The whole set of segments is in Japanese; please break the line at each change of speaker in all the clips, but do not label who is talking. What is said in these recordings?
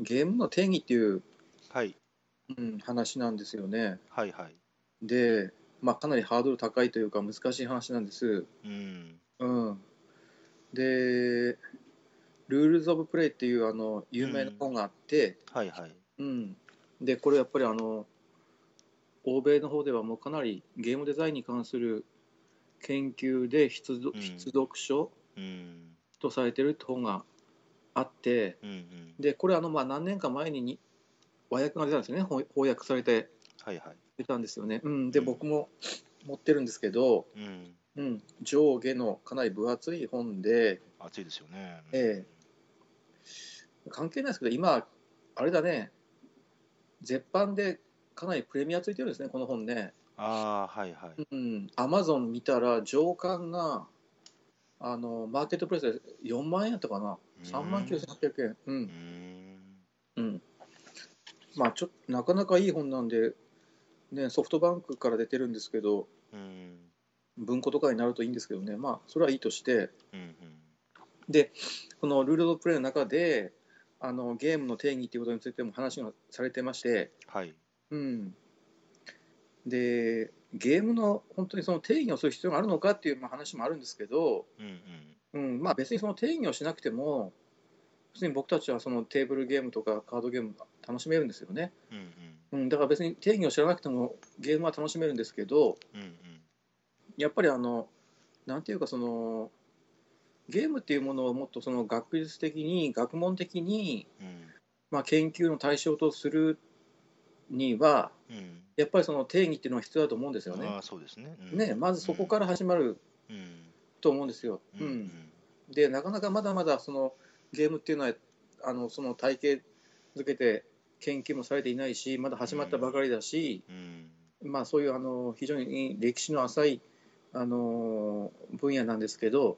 ゲームの定義っていう、
はい
うん、話なんですよね。
はいはい
で、まあ、かなりハードル高いというか難しい話なんです。
うん
うん、で「ルールズ・オブ・プレイ」っていうあの有名な本があって、
はいはい
うんでこれやっぱりあの欧米の方ではもうかなりゲームデザインに関する研究で必読
うん
必読書
うん
とされてるって本があって
うんうん
でこれあのまあ何年か前にに和訳が出たんですよね翻翻訳されて
はいはい
出たんですよね。うん、で
うん
僕も持ってるんですけど、
うん
うん、上下のかなり分厚い本で
暑いですよね
え関係ないですけど今あれだね絶版でかなりプレミアついてるんですねこの本ね
ああはいはい
うんアマゾン見たら上巻があのマーケットプレイスで4万円やったかな3万9800円う
うんん
うんまあちょっとなかなかいい本なんでねソフトバンクから出てるんですけど
うん
文庫とかになるといいんですけどねまあそれはいいとして
うんうん
でこのルール・オブ・プレイの中であのゲームの定義ということについても話がされてまして、
はい
うん、でゲームの本当にその定義をする必要があるのかっていうまあ話もあるんですけど、
うんうん
うんまあ、別にその定義をしなくても普通に僕たちはそのテーブルゲームとかカードゲームが楽しめるんですよね、
うんうん
うん、だから別に定義を知らなくてもゲームは楽しめるんですけど
うんうん
やっぱりあのなんていうかそのゲームっていうものをもっとその学術的に学問的に
うん
まあ、研究の対象とするには
うん
やっぱりその定義っていうのは必要だと思うんですよね
あ。あそうですねうん
ねまずそこから始まる
うん
と思うんですよ。
う
うん
うん
ん、でなかなかまだまだそのゲームっていうのはあのその体系づけて研究もされていないしまだ始まったばかりだし、
うん
まあ、そういうあの非常に歴史の浅いあの分野なんですけど、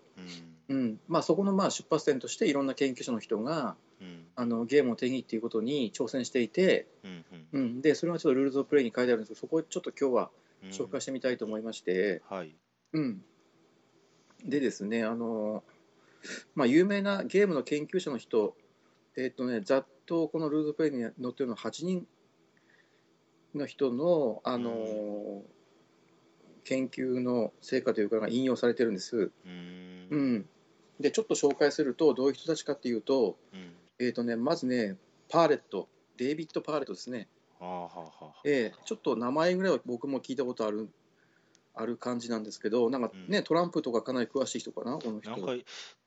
うん
うんまあ、そこのまあ出発点としていろんな研究者の人が
うん
あのゲームを定義っていうことに挑戦していて。
うんう
うんん、でそれがちょっとルールズ・オブ・プレイに書いてあるんですけどそこをちょっと今日は
うん
紹介してみたいと思いまして、
はい
うん、でですねあの、まあ、有名なゲームの研究者の人えっ、とねざっとこのルールズ・オブ・プレイに載ってるのは8人の人のあの、研究の成果というかが引用されてるんです、
う
うんん、でちょっと紹介するとどういう人たちかっていうと,、
うん
えっとね、まずねパーレットデイビッド・パーレットですね
ああはあはあはあ
ええちょっと名前ぐらいは僕も聞いたことあるある感じなんですけどなんかね、
うん
トランプとかかなり詳しい人かなこの人
なんか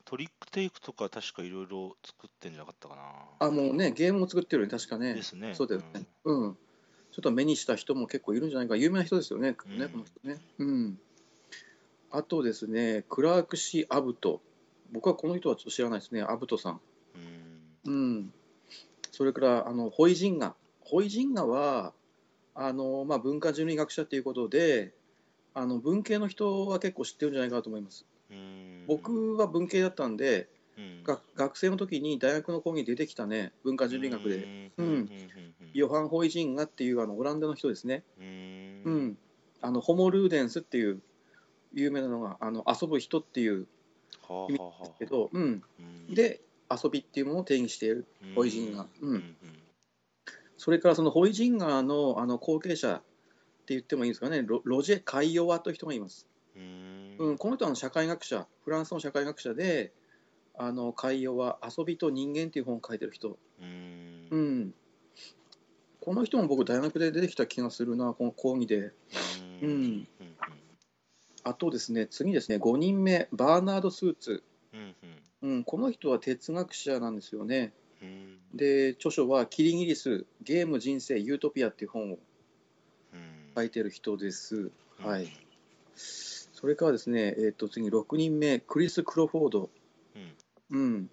トリックテイクとか確かいろいろ作ってんじゃなかったかな。
あもうねゲームを作ってるよね確かね
ですね。
そうだよねうん、ちょっと目にした人も結構いるんじゃないか有名な人ですよね,、
うん
ねこの人ねうんあとですねクラーク氏アブト僕はこの人はちょっと知らないですねアブトさん
うん。
うん、それからあのホイジンガホイジンガはあの、まあ、文化人類学者ということであの文系の人は結構知ってるんじゃないかなと思います
うん、
僕は文系だったんで、
うん、
が学生の時に大学の講義に出てきたね文化人類学で、
うん。
うん
うん
ヨハン・ホイジンガっていうあのオランダの人ですね、
うん。
うんあのホモ・ルーデンスっていう有名なのがあの遊ぶ人っていう
はあは
意味
あはあ
ですけど、うん、
うん、
で遊びっていうものを定義している
うん、
ポイジンがうん
うん。
それからそのホイジンガーのあの後継者って言ってもいいんですかねロロジェ・カイヨワという人がいます、
うん。
うん、この人はあの社会学者フランスの社会学者であのカイヨワ「遊びと人間」っていう本を書いてる人、
うん。
う
うん。
ん、この人も僕大学で出てきた気がするなこの講義で
うん。うん。
あとですね次ですね5人目バーナード・スーツ、
うん。
うん、この人は哲学者なんですよね
うん。
で著書は「キリギリスゲーム人生ユートピア」っていう本を
うん。
書いてる人ですはい。それからですね、えー、と次6人目クリス・クロフォード、
うん
うん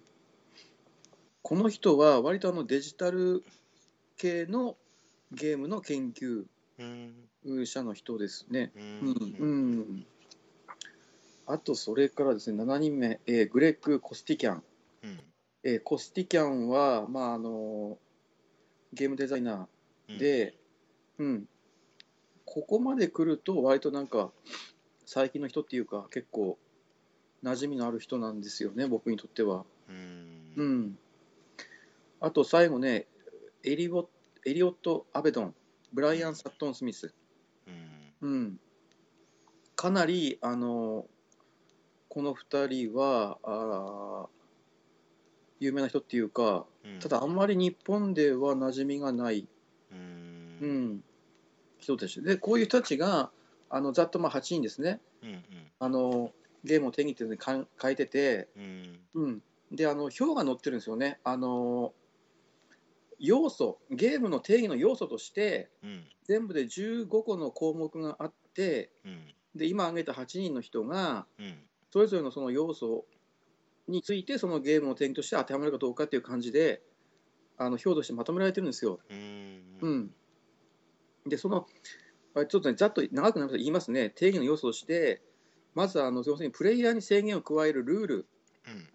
この人は割とあのデジタル系のゲームの研究
うん。
者の人ですね。
う
うん
ん。
う。ん、あとそれからですね7人目、えーグレッグ・コスティキャン、
うん
えーコスティキャンは、まああのゲームデザイナー
うん。
で、うん、ここまで来ると割となんか最近の人っていうか結構馴染みのある人なんですよね僕にとっては。
うん。
うん、あと最後ねエリオエリオット・アベドンブライアン・サットン・スミス、
うん。
うん、かなりあのこの2人はあー有名な人っていうか
うん、
ただあんまり日本では馴染みがない、
う。
うんん、人でしたでこういう人たちがあのざっとまあ8人ですね
うん。
あのゲームを手に入れてるのにかん変えてて、
うん。うん。
うん、であの表が載ってるんですよねあの要素ゲームの定義の要素として
うん。
全部で15個の項目があって
うん。
で今挙げた8人の人が
うん。
それぞれのその要素についてそのゲームの定義として当てはまるかどうかっていう感じであの表としてまとめられてるんですよ。
うん。
う。ん、でそのあちょっとねざっと長くなりますけど言いますね定義の要素としてまずあの要するにプレイヤーに制限を加えるルール
うん。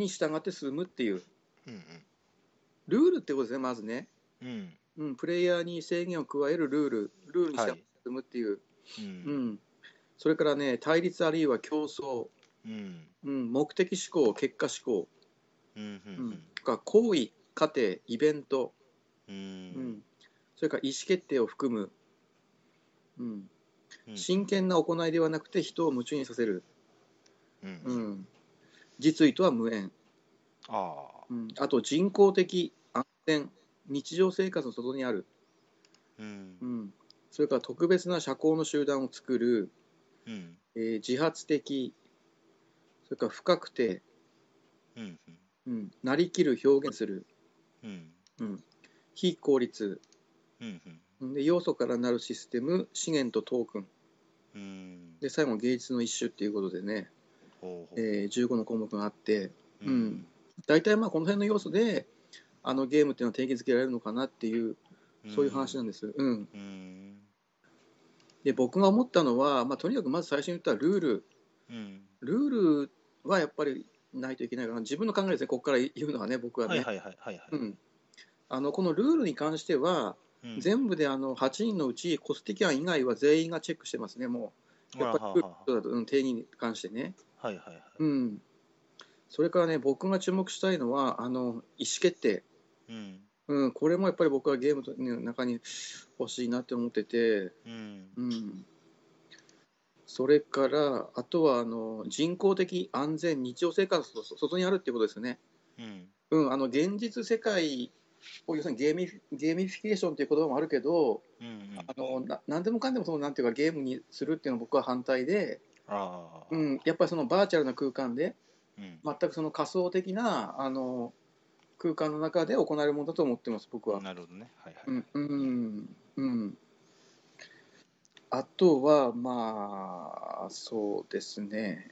に従って進むっていう
うん。
ルールってことですねまずね、
うん。
うん、プレイヤーに制限を加えるルールルールに従って進むっていう、
うん。
う
うん。
ん、それからね対立あるいは競争、
うん。
うん、目的思考結果思考、
うん。う
うん
ん。
とか行為過程イベント、
う。
うんん、それから意思決定を含む、うん、
うん。
真剣な行いではなくて人を夢中にさせる、
うん。
う
うん。
ん、実意とは無縁、
ああ。
うん、あと人工的安全日常生活の外にある、
うん
う。ん、それから特別な社交の集団を作る、
うん。
えー自発的それから不確定、
うん。
うん、なりきる表現する
うん。
非効率
うん。うん。
で要素からなるシステム資源とトークン
うん。
で最後芸術の一種っていうことでね、
ほうほう。
えー15の項目があって
う
うん。大体まあこの辺の要素であのゲームっていうのは定義づけられるのかなっていうそういう話なんです、うん、
うん。
で僕が思ったのは、まあ、とにかくまず最初に言ったルール
うん。
ルールはやっぱりないといけないかな自分の考えですねここから言うのはね僕は
は
ね、
いはいはいはいは
う
い。
ん、あのこのルールに関しては、
うん。
全部であの8人のうちコスティキャン以外は全員がチェックしてますねもうやっぱりルールだと、うん、定義に関してね、
はいはいはい。
うん、それからね僕が注目したいのはあの意思決定、
うん。
うん、これもやっぱり僕はゲームの中に欲しいなって思ってて、
うん。
うん、それからあとはあの人工的安全日常生活の外にあるっていうことですよね、
うん。
うん、あの現実世界を要するにゲーミゲーミフィケーションという言葉もあるけど
うんうん。
あのな何でもかんでもそのなんていうかゲームにするっていうのは僕は反対で、
ああ。
う。ん、やっぱりそのバーチャルな空間で
うん。
全くその仮想的なあの空間の中で行われるものだと思ってます僕は。
なるほどね。はいはい。
うんうんうんあとはまあそうですね、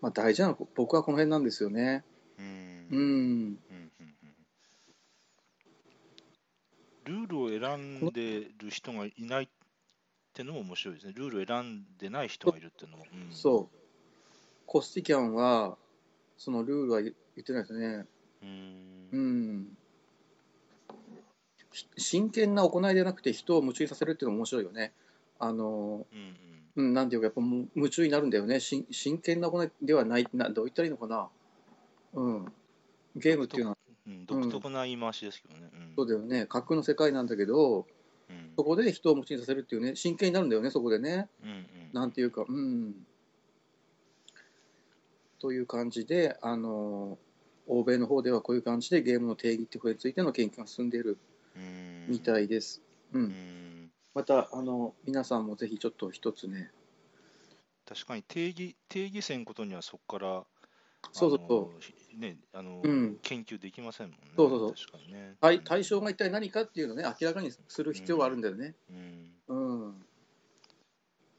まあ、大事なのは僕はこの辺なんですよね。
うん。
う
うん
ん
うんうんルールを選んでる人がいないってのも面白いですね。ルールを選んでない人がいるっていうのも。うん、
そうコスティキャンはそのルールは言ってないですね。
う。
うんんひ真剣な行いではなくて人を夢中にさせるっていうのも面白いよね。あのう
うん
ん、なんていうかやっぱむ夢中になるんだよねし真剣な行いではないなどう言ったらいいのかな、うん、ゲームっていうのは
うん。うん。独特な言い回しですけどね。うん。
そうだよね架空の世界なんだけど
うん
そこで人を夢中にさせるっていうね真剣になるんだよねそこでね
うんうん。
なんていうかうんという感じであの欧米の方ではこういう感じでゲームの定義ってことについての研究が進んでいる
うん
みた
い。
いです、うん
うん。
またあの皆さんもぜひちょっと一つね
確かに定義定義せんことにはそこから
そうそうそう
うそうねあの、
うん
研究できませんもんね
そうそうそう
確かにね
対対象が一体何かっていうのをね明らかにする必要はあるんだよね、
うん
うん、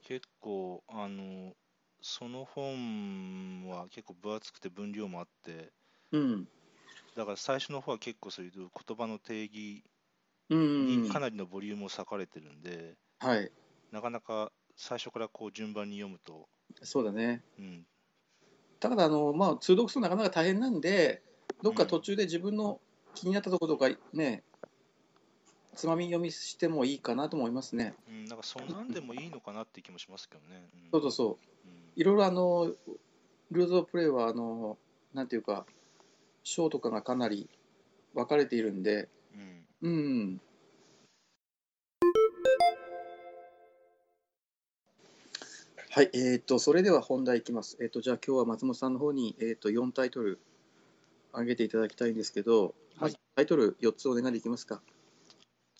結構あのその本は結構分厚くて分量もあって
うん、
だから最初の方は結構そういう言葉の定義
うん
にかなりのボリュームを割かれてるんで、
はい、
なかなか最初からこう順番に読むと、
そうだね。
うん、
ただあのまあ通読するのなかなか大変なんで、どっか途中で自分の気になったところとかね、つまみ読みしてもいいかなと思いますね。
うん、なんかそんなんでもいいのかなって気もしますけどね、うん、
そうそうそう。
うん
いろいろあのルーズオブプレイはあのなんていうか、章とかがかなり分かれているんで、
うん
うん。はい、えー、とそれでは本題いきます。えー、とじゃあ今日は松本さんの方に、えー、と4タイトル上げていただきたいんですけど、まずタイトル4つお願いできますか。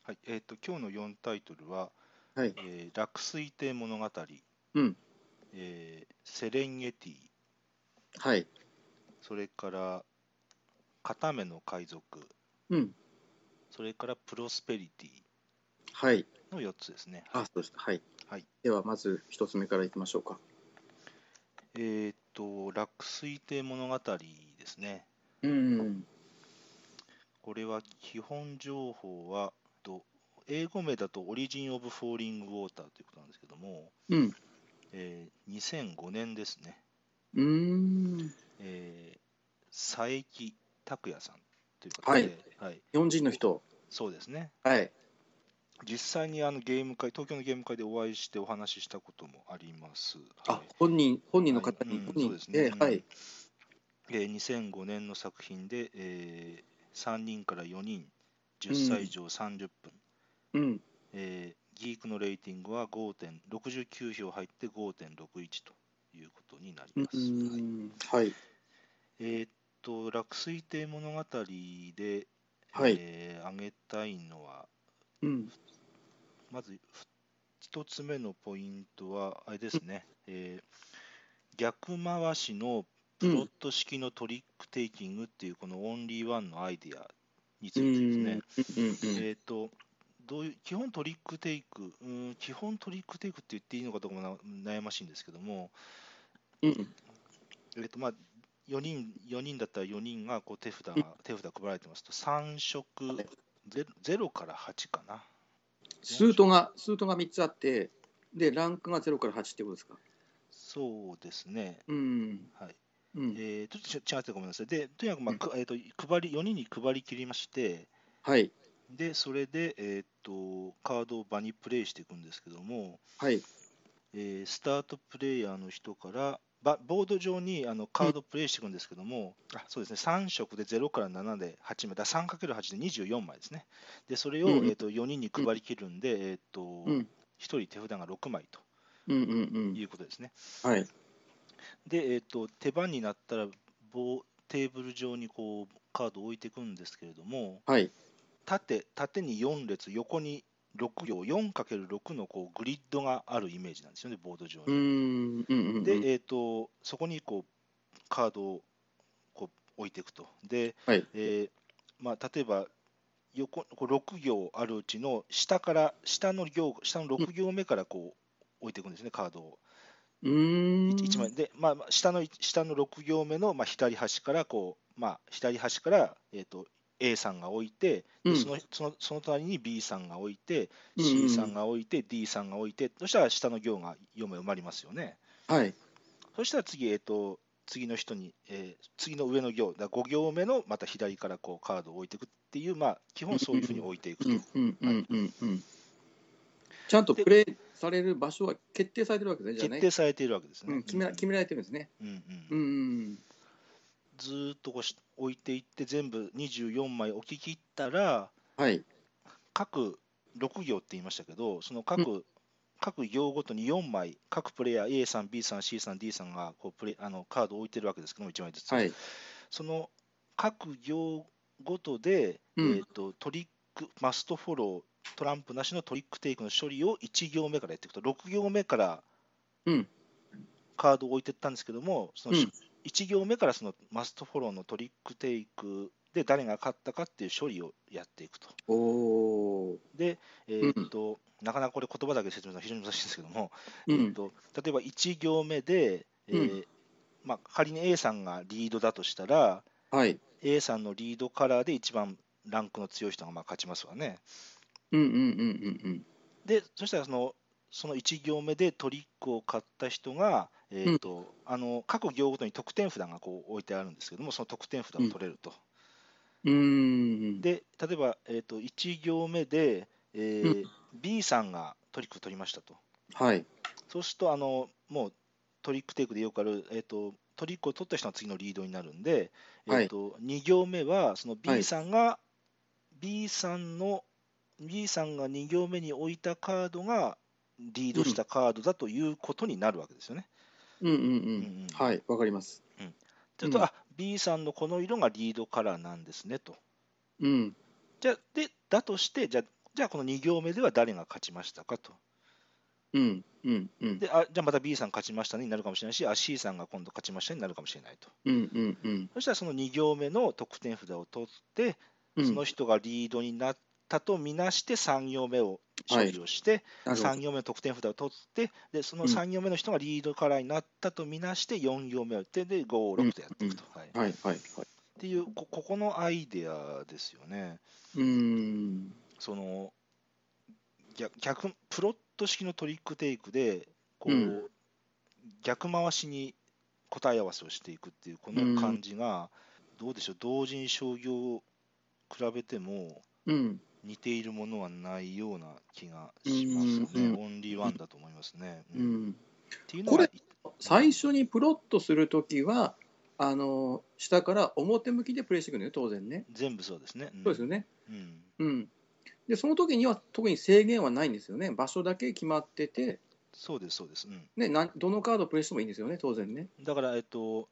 はいえー、と今日の4タイトルは
はい
「えー落水亭物語」
うん
えーセレンゲティ」
はい。
それから「片目の海賊
うん。」
それから「プロスペリティ
はい。」
の4つですね。
あ、そうですか。はい。
はい、
ではまず1つ目からいきましょうか。
えっ、と「落水亭物語」ですね。
うん。
これは基本情報はと英語名だと「オリジン・オブ・フォーリング・ウォーター」ということなんですけども、
うん。
えー2005年ですね、
うーん。
えー佐伯拓也さんという方で、はい
日本人の人。
そうですね
はい。
実際にあのゲーム会東京のゲーム会でお会いしてお話ししたこともあります。
あ
は、い
本人本人の方に、
はいうん
本人
そうですね。
は
う
い
ん。えー2005年の作品で、えー3人から4人、10歳以上30
う
分、
ん。
えーギークのレーティングは5.69票入って5.61ということになります。
う
はい
ん。はい。
えーっと、落水亭物語で、
はい。
えー挙げたいのは、
うん。
まず1つ目のポイントは、あれですね、えー逆回しのプロット式のトリックテイキングっていう、このオンリーワンのアイディアにつ
う
い
ん。
てですね。
うん。うん。
えー、とどういう基本トリックテイク、うん、基本トリックテイクって言っていいのかどうかもな悩ましいんですけども、
うん。
えーとまあ、4, 人4人だったら4人がこう手札が手札配られてますと3色
い
ゼロ0から8かな
スートがスートが三つあって、でランクがゼロから八ってことですか。
そうですね、
うん。
はい
うん。
えー、ちょっとち違ってごめんなさいでとにかく、まあくえー、と配り4人に配り切りまして
はい。
でそれで、えー、とカードを場にプレイしていくんですけども、
はい。
えースタートプレイヤーの人からばボード上にあのカードプレイしていくんですけども、あそうですね3色で0から7で8枚だ 3×8 で24枚ですねでそれを、
うんうん
えー、と4人に配り切るんで、えーと
うん。
1人手札が6枚と
うん。うん。
いうことですね
うん。はい。
で、えー、と手番になったら棒テーブル上にこうカードを置いていくんですけれども
はい。
縦縦に4列横に6行 4×6 のこうグリッドがあるイメージなんですよねボード上に。
うん。うん。うん。
で、えー、とそこにこうカードをこう置いていくと。で、
はい
えーまあ、例えば横こう6行あるうちの下から下の行下の6行目からこう置いていくんですね、カードを。
うーん。
一一枚で、まあ、まあ下の下の6行目の、まあ、左端からこう、まあ、左端から、えー、と A さんが置いて、
う
で
ん。
そのそのその隣に B さんが置いて、
うん
C さんが置いて D さんが置いてそしたら下の行が4枚埋まりますよね。
はい。
そしたら次、えっと次の人に、えー次の上の行、だ5行目のまた左からこうカードを置いていくっていう、まあ、基本そういうふうに置いていく
う
と。
ん。うん。うん。うん。うん。ちゃんとプレイされる場所は決定されてるわけですね。じゃあ
決
ね
定されているわけですね。
うん、決めら決められてるんですね。
うんうん
うんうん
ずーっとこうし置いていって、全部24枚置き切ったら、
うん、はい。
各6行って言いましたけど、その各、各行ごとに4枚、各プレイヤー、A さん、B さん、C さん、D さんがこうプレイあのカードを置いてるわけですけども、1枚ずつ。
はい。
その各行ごとで、
うん
えー、とトリック、マストフォロー、トランプなしのトリックテイクの処理を1行目からやっていくと、6行目から
うん
カードを置いていったんですけども、その
うん
1行目からそのマストフォローのトリックテイクで誰が勝ったかっていう処理をやっていくと。
おお。
で、えーとなかなかこれ言葉だけで説明するのは非常に難しいんですけども、
う
えっ
ん。
と例えば1行目で、えー
う
まあ、仮に A さんがリードだとしたら、
はい。
A さんのリードカラーで一番ランクの強い人がまあ勝ちますわね。
うんうんうんうん
で、そしたらそのその1行目でトリックを買った人が、えーとあの各行ごとに得点札がこう置いてあるんですけども、その得点札を取れると。
うん。うーん。
で、例えば、えー、と1行目で、えー B さんがトリックを取りましたと。
はい。
そうすると、あのもうトリックテイクでよくある、えーとトリックを取った人が次のリードになるんで、
はい
えっと2行目はその
は
B
い
さんが、B さんの B さんが2行目に置いたカードがリードしたカードだということになるわけですよね。
うんうん
うん
うん
うん
はいわかります
ちょっと、
うん
あ B さんのこの色がリードカラーなんですねと。
うん
じゃあでだとしてじゃあじゃあこの2行目では誰が勝ちましたかと。
うんうんうん
であじゃあまた B さん勝ちましたねになるかもしれないしあ C さんが今度勝ちましたねになるかもしれないと。
うんうんうん
そしたらその2行目の得点札を取って、
うん
その人がリードになったとみなして3行目を処理をして、
なるほ
3
ど
行目の得点札を取ってでその
うん
3行目の人がリードからになったとみなして4行目を打ってで56とやっていくと、はい、っ
はいはいはい
ていうこここのアイデアですよね。
うーん
その逆逆プロット式のトリックテイクでこう、
うん
逆回しに答え合わせをしていくっていうこの感じが、どうでしょう同人商業を比べても
うん
似ているものはないような気がします
うん
ね、
うん
オンリーワンだと思いますね。
う
うんっ
ん
ていうのは
これ最初にプロットするときはあの下から表向きでプレイしていくのよ当然ね
全部そうですね。ん
そうですよね
うん
うんでその時には特に制限はないんですよね場所だけ決まってて、
そうですそうです、うん
ね、なんどのカードをプレイしてもいいんですよね当然ね、
だから、えっと、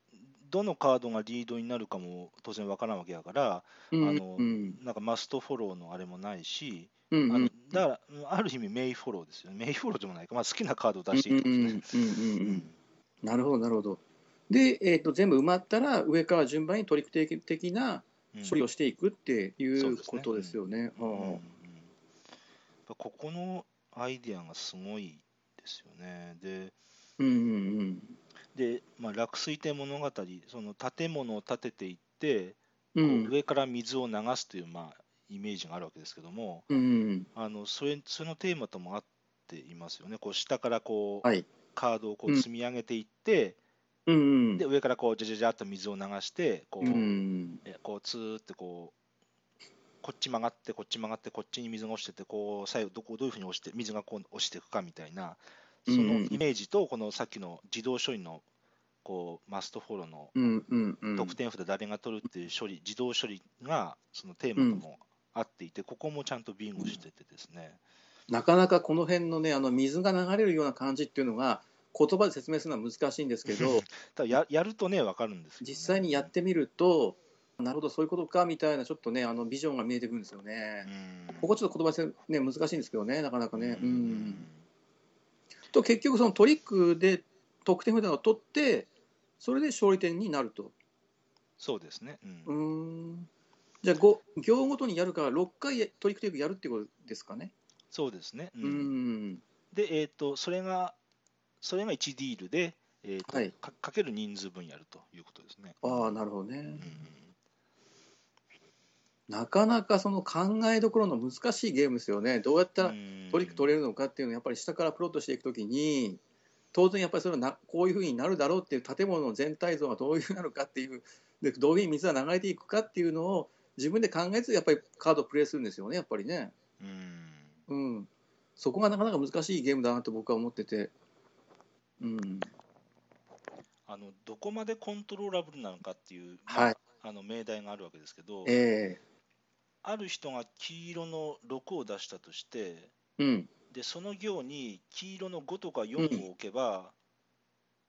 どのカードがリードになるかも当然わからんわけだから、
うん、
あの
うん
なんかマストフォローのあれもないし、
うんうん
あのだからうんある意味メインフォローですよね。メインフォローでもないか、まあ、好きなカードを出していいってことですね。
うんうんうんうんうんなるほどなるほどで、えー、と全部埋まったら上から順番にトリック的的な処理をしていくっていうことですよね。
うんうんう
は
んやっぱここのアイディアがすごいですよね。で、
あうんうん
でまあ、落水天物語、その建物を建てていって、
うんう
こうん上から水を流すという、まあ、イメージがあるわけですけども、
うん
あのそれそのテーマとも合っていますよね。こう下からこう、
はい
カードをこ
う
うん積み上げていって、
うんうん
で上からこうジャジャジャっと水を流してこう、
うん
えこうツーってこうこっち曲がってこっち曲がってこっちに水が落ちててこう最後どこどういうふうに落ちて水がこう落ちていくかみたいなそ
うん
の
うん
イメージとこのさっきの自動処理のこうマストフォローの
うんうんうん
得点札誰が取るっていう処理自動処理がそのテーマとも合っていてここもちゃんとビンゴしててですね
なかなかこの辺のねあの水が流れるような感じっていうのが言葉で説明するのは難しいんですけど
ただややるとね分かるんですけどね
実際にやってみるとなるほどそういうことかみたいなちょっとねあのビジョンが見えてくるんですよね。
うん
ここちょっと言葉でね難しいんですけどねなかなかね。う
うん
んと結局そのトリックで得点札を取ってそれで勝利点になると
そうですねうん
うーんじゃあ5行ごとにやるから6回トリックテイクやるってことですかね
そうですねう
うーん
で、えー、とそれがそれが1ディールで、えーと
はい
かかける人数分やるということですね。
ああなるほどね、
うんうん
なかなかその考えどころの難しいゲームですよねどうやったら
うん
トリック取れるのかっていうのをやっぱり下からプロットしていくときに当然やっぱりそれはなこういうふうになるだろうっていう建物の全体像がどういうふうになるかっていうでどういうふうに水が流れていくかっていうのを自分で考えずやっぱりカードをプレイするんですよねやっぱりね。
うん
うん、そこがなかなか難しいゲームだなと僕は思ってて、うん、
あのどこまでコントローラブルなのかっていう、
はい
あ、あの命題があるわけですけど、
ええ
ある人が黄色の6を出したとして
うん
でその行に黄色の5とか4を置けば、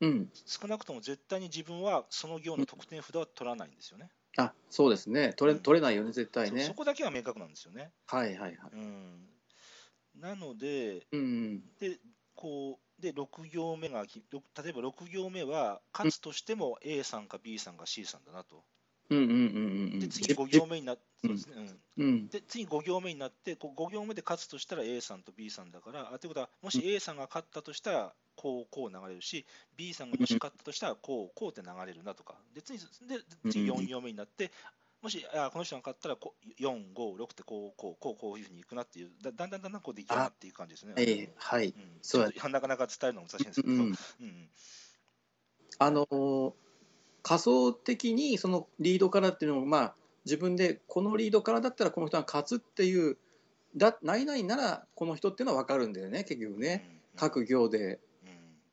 うん
少なくとも絶対に自分はその行の得点札は取らないんですよね。
あそうですね取れ
うん
取れないよね絶対
そそ
ね
こだけは明確なんですよね。
はいはいはい
うん、なので、
うん
でこうで6行目がきろく例えば6行目は勝つとしても A さんか B さんか C さんだなと
うんうんうんうん
で次5行目になって、
う
そ
ん
うですねうん、
うん
で次5行目になってこう5行目で勝つとしたら A さんと B さんだからあということはもし A さんが勝ったとしたらこうこう流れるし B さんがもし勝ったとしたらこうこうって流れるなとかで次で次
うん
4行目になってもしあこの人が勝ったらこう456ってこうこうこうこういうふうにいくなっていうだだんだんだんだんこう出来上がっていく感じですね。
ええはい
うん
そうや
ちょっとなかなか伝えるの難しいんですけ
う
ど、
ん、
うん
あのー仮想的にそのリードからっていうのをまあ自分でこのリードからだったらこの人が勝つっていうだ何々ならこの人っていうのは分かるんだよね結局ね
うん
各行で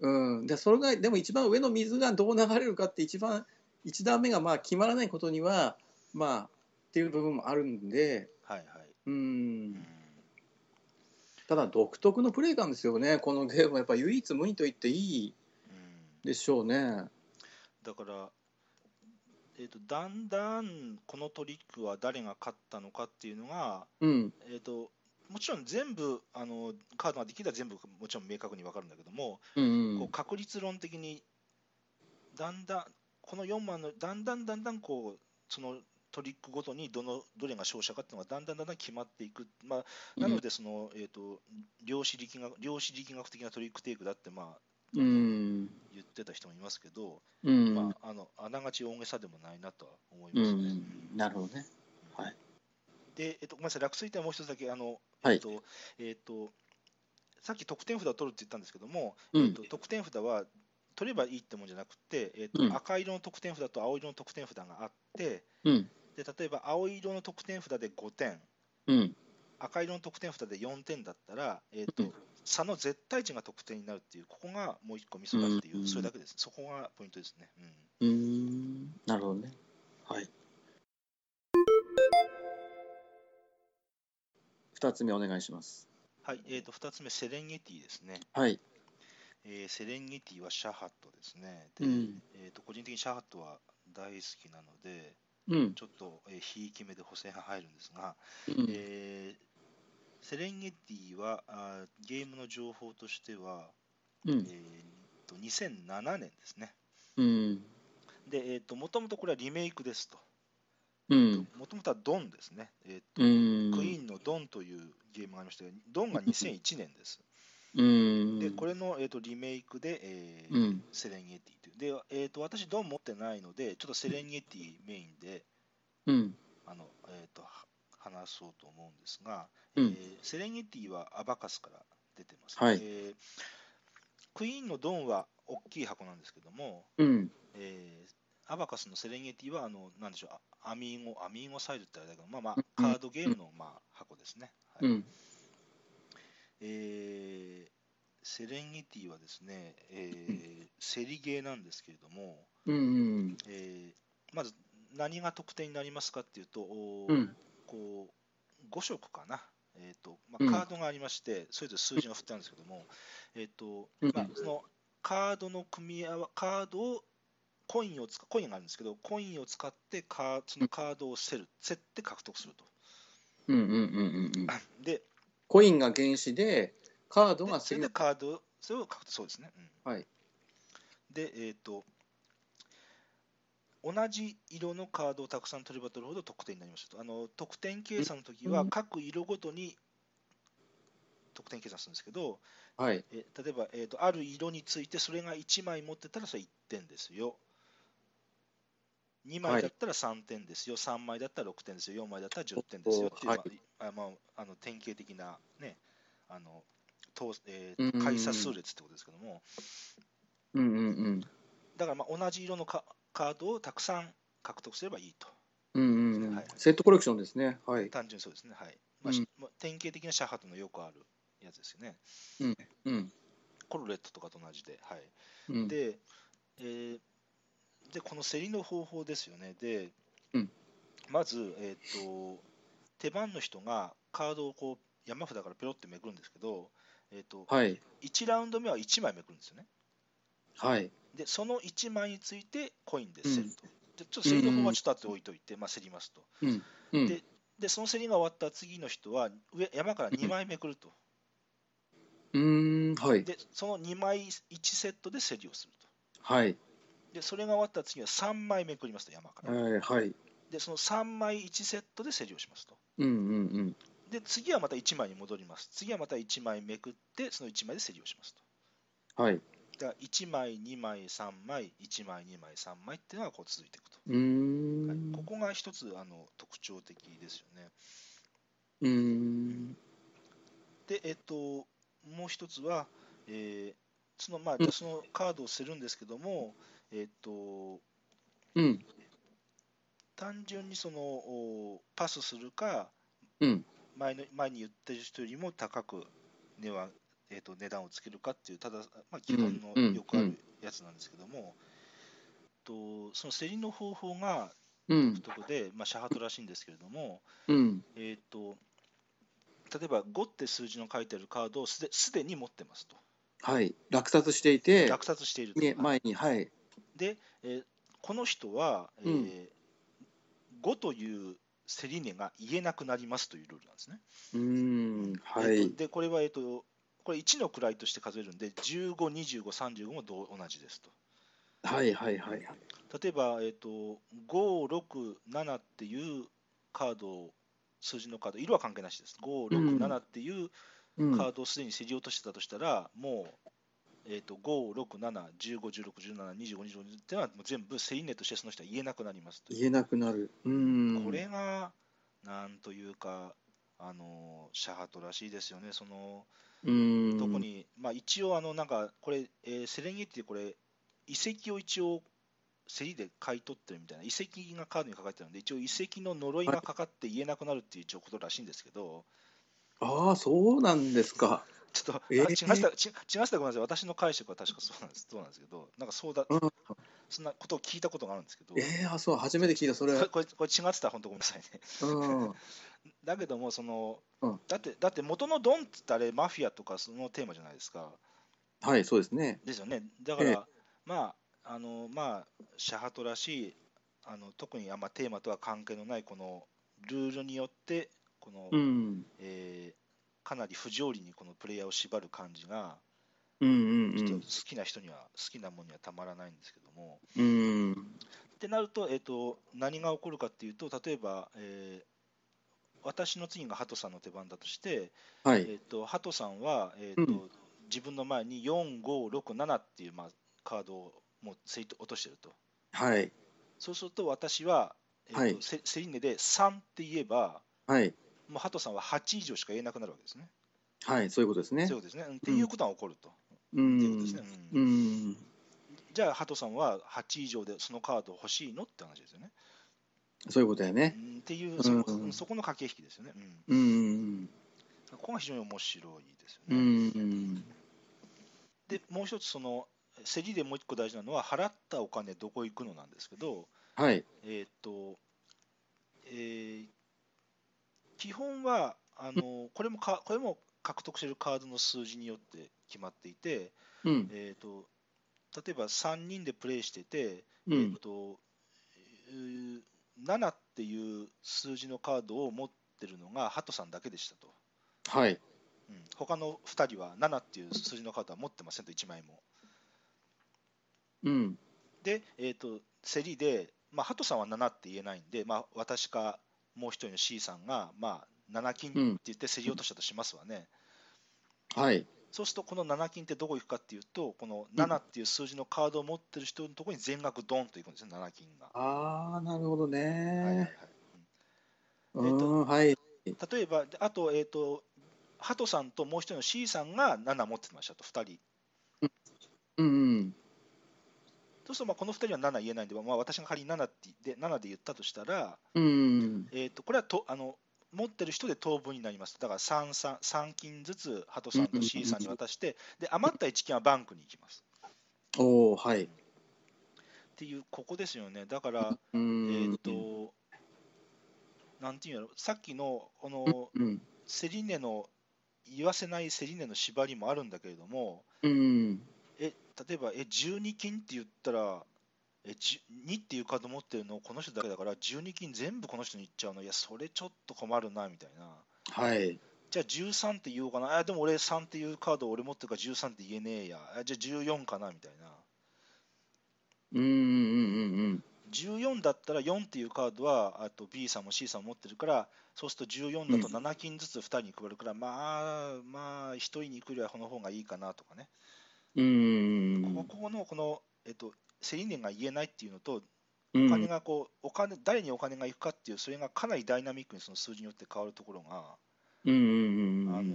うん
うん、でそれがでも一番上の水がどう流れるかって一番一段目がまあ決まらないことにはまあっていう部分もあるんで、
はいはい。
う、
うんん
ただ独特のプレー感ですよねこのゲームはやっぱ唯一無二と言っていい
うん
でしょうね。
だから、えー、とだんだんこのトリックは誰が勝ったのかっていうのが、
うん、
えー、ともちろん全部あのカードができたら全部もちろん明確に分かるんだけども、
うんう、
こうん確率論的にだんだんこの4番のだんだんだんだんこうそのトリックごとにどのどれが勝者かっていうのがだんだんだんだん決まっていく、まあ、なのでその、えー、と量子力学量子力学的なトリックテイクだってまあ
うん
言ってた人もいますけど、
うん
まあ、あのあながち大げさでもないなとは思いうますね。
ん、なるほどね。はい
で、えっと、ごめんなさい、落水点はもう一つだけ、あの
はい
えっとえっとさっき得点札を取るって言ったんですけども、
う
えっ
ん
と、得点札は取ればいいってもんじゃなくて、えっと
うん
赤色の得点札と青色の得点札があって、
うん
で例えば青色の得点札で5点、
うん
赤色の得点札で4点だったら、えっと
うん
差の絶対値が得点になるっていう、ここがもう一個ミソだっていう、
うん
それだけです、そこがポイントですね。うん
うんなるほどね。はい。二つ目お願いします。
はい、えっ、と、二つ目、セレンゲティですね。
はい。
えーセレンゲティはシャハットですね。で、
うん
えっ、と、個人的にシャハットは大好きなので、
うん。
ちょっと、えー、ひいき目で補正が入るんですが、
うん
えーセレンゲティはあーゲームの情報としては、
う
え
ん。
ー、と2007年ですね。
うん。
で、えっ、と、もともとこれはリメイクですと。
うん。
もともとはドンですね。えー
うん。
クイーンのドンというゲームがありまして、ドンが2001年です。
うん。
で、これの、えー、とリメイクで、えー
うん。
セレンゲティという。で、えー、と私、ドン持ってないので、ちょっとセレンゲティメインで
うん。
あの、えー、とは話そうと思うんですが、
うん
えーセレンゲティはアバカスから出てます、
はい
えークイーンのドンは大きい箱なんですけども、
うん。
えーアバカスのセレンゲティはあの、なんでしょう、あアミーゴ、アミーゴサイズってあれだけど、まあまあ、
うん
カードゲームの、まあ、箱ですね。はい
うん。
えーセレンゲティはですね、えーセリゲーなんですけれども、
うん。
えーまず何が得点になりますかっていうと、おー
うん。
こう5色かな、えーとま
うん
あ、カードがありまして、それぞれ数字が振ってあるんですけども、えーと
うん
まあ、そのカードの組み合わカードをコインを使コインがあるんですけど、コインを使ってカーそのカードを競る、競って獲得すると。
うん。うん。うん。うん。
で、
コインが原子で、カード
で
が
それでカードそれを獲得、そうですね。うん
はい。
で、えー、と同じ色のカードをたくさん取れば取るほど得点になりますとあの得点計算の時
う
は
ん
各色ごとに得点計算するんですけど、
はい。
え例えば、えー、とある色についてそれが1枚持ってたらそれ1点ですよ2枚だったら3点ですよ、3枚だったら6点ですよ4枚だったら10点ですよっていう、
はい
まあまあ、あの典型的な、ね、あのとえ
うんうんう
ー、
ん
解差数列ってことですけども、
うん。うん。
だからまあ同じ色のカカードをたくさん獲得すればいいと、
うん。うん。うん。セットコレクションですね。はい。
単純にそうですね、はいまあ
うん
まあ典型的なシャハトのよくあるやつですよね、
うん。
コルレットとかと同じで、はい
うん。
でえーでこの競りの方法ですよね、で
うん
まず、えー、と手番の人がカードをこう山札からペロってめくるんですけど、えーと
はい。
1ラウンド目は1枚めくるんですよね。
はい。
で、その1枚についてコインで競ると。でちょっと競りの方はちょっと後で置いといて、まあ、競りますと。
うん。うん。
で、その競りが終わった次の人は上山から2枚めくると、
うん。はい。
でその2枚1セットで競りをすると、
はい。
でそれが終わった次は3枚めくりますと、山から、
はい。
でその3枚1セットで競りをしますと、
うん。うん。
で次はまた1枚に戻ります、次はまた1枚めくって、その1枚で競りをしますと。
うん。はい。
だから1枚、2枚、3枚、1枚、2枚、3枚っていうのがこう続いていくと。
う
はい
ん。
ここが一つあの特徴的ですよね。
うん。
で、えっと、もう一つは、えーそのまあ、
うん
そのカードをするんですけども、えっと、
うん。
単純にそのおパスするか
うん。
前の、前に言ってる人よりも高く値は、ええー、と値段をつけるかっていう、ただ、まあ、基本の
うんうん
よくあるやつなんですけども、とその競りの方法が
うん
独特で、まあ、シャハトらしいんですけれども、
うん
えー、と例えば5って数字の書いてあるカードをすですでに持ってますと、
はい落札していて
落札していると。
ね前にはい
で、えーこの人は、え
うん
ー5という競り値が言えなくなりますというルールなんですね。
うーんは
えっ
い
とでこれは、えっとこれ1の位として数えるんで15、25、35も同同じですと。
はいはいはいはい
例えば、えっと5、6、7っていうカードを数字のカード色は関係なしです。5、6、7っていう
うん
カードをすでに競り落としてたとしたら、もう、えっと5、6、7、15、16、17、25、25っていうのはもう全部競り値としてその人は言えなくなりますという
言えなくなるうーん
これがなんというかあのシャハトらしいですよねその
うーん
特に、まあ、一応あのなんかこれ、えーセレンゲティでこれ遺跡を一応競りで買い取ってるみたいな遺跡がカードに書かれてるので一応遺跡の呪いがかかって言えなくなるっていう一応ことらしいんですけど
ああそうなんですか
ちょっと、
えー
あ違いましたち違いましたごめんなさい私の解釈は確かそうなんですそうなんですけどなんかそうだ、
うん
そんなことを聞いたことがあるんですけど、
えー、あそう初めて聞いたそ れ
これこれこれ違ってたら本当ごめんなさいね
うん
だけどもその、
うん
だってだって元のドンっつったらあれマフィアとかそのテーマじゃないですか
はいそうですね
ですよねだから、
ええ
まああのまあシャハトらしいあの特にあんまテーマとは関係のないこのルールによってこの、
うん
えーかなり不条理にこのプレイヤーを縛る感じが
うんうんう
ちょっと好
ん
きな人には、好きなものにはたまらないんですけども
うん
ってなると,、えー、と何が起こるかっていうと例えば、えー私の次がハトさんの手番だとして
は
え
い
っとハトさんは、えっと
うん
自分の前に4567っていう、まあ、カードをもうセイと落としてると
はい
そうすると私は、えっと
はい
セセリーネで3って言えば
はい
もうハトさんは8以上しか言えなくなるわけですね。
はいそういうことですね
そういうことですね、うんっていうことが起こると。
う
っていうことですね
ん
うん
うん
じゃあハトさんは8以上でそのカード欲しいのって話ですよね。
そういうことだよ
う
ね
んっていうそ,、こ
うん
そこの駆け引きですよね。うん
うん
ここが非常に面白いです
う
よね。
ん
でもう一つその競りでもう一個大事なのは払ったお金どこ行くのなんですけど、
はい
えーっと、えー基本はあのこれもかこれも獲得しているカードの数字によって決まっていて、
うん
えーっと例えば3人でプレイしてて、
う
えーっ
ん
とえー7っていう数字のカードを持ってるのがハトさんだけでしたと、
はい
うん、他の2人は7っていう数字のカードは持ってませんと1枚も
うん
で、えー、と競りで、まあ、ハトさんは7って言えないんで、まあ、私かもう一人の C さんが、まあ、7金って言って競り落としたとしますわね、
はい
そうするとこの7金ってどこ行くかっていうとこの7っていう数字のカードを持ってる人のところに全額ドンと行くんですね7金が、
ああなるほど
はいはいはい
ね
えーと
うんはい
うん例えばであと,、えー、とハトさんともう一人の C さんが7持ってましたと2人
うん
そうするとまあこの2人は7言えないんで、まあ、私が仮に7ってで7で言ったとしたら、
うん
えー、とこれはとあの持ってる人で当分になりますだから 3, 3, 3金ずつハトさんと C さんに渡してで余った1金はバンクに行きます
おおはい
っていうここですよねだから、
う
え
ん
ー、となんていうんやろさっきのこの
うん
セリネの言わせないセリネの縛りもあるんだけれども
うん
え例えばえ12金って言ったらえ10 2っていうカード持ってるのこの人だけだから12金全部この人に行っちゃうのいやそれちょっと困るなみたいな。
はい
じゃあ13って言おうかな。あでも俺3っていうカード俺持ってるから13って言えねえや。あじゃあ14かなみたいな。
うんうんうん
14だったら4っていうカードはあと B さんも C さんも持ってるから、そうすると14だと7金ずつ2人に配るから、まあ、まあ、1人に行くよりはこの方がいいかなとかね。
うんうん
ここここの、この、えっと、セリネが言えないっていうのと、
うん
お金がこう、お金、誰にお金が行くかっていう、それがかなりダイナミックにその数字によって変わるところが、
うん
あ
うんうん
の
う
ー
ん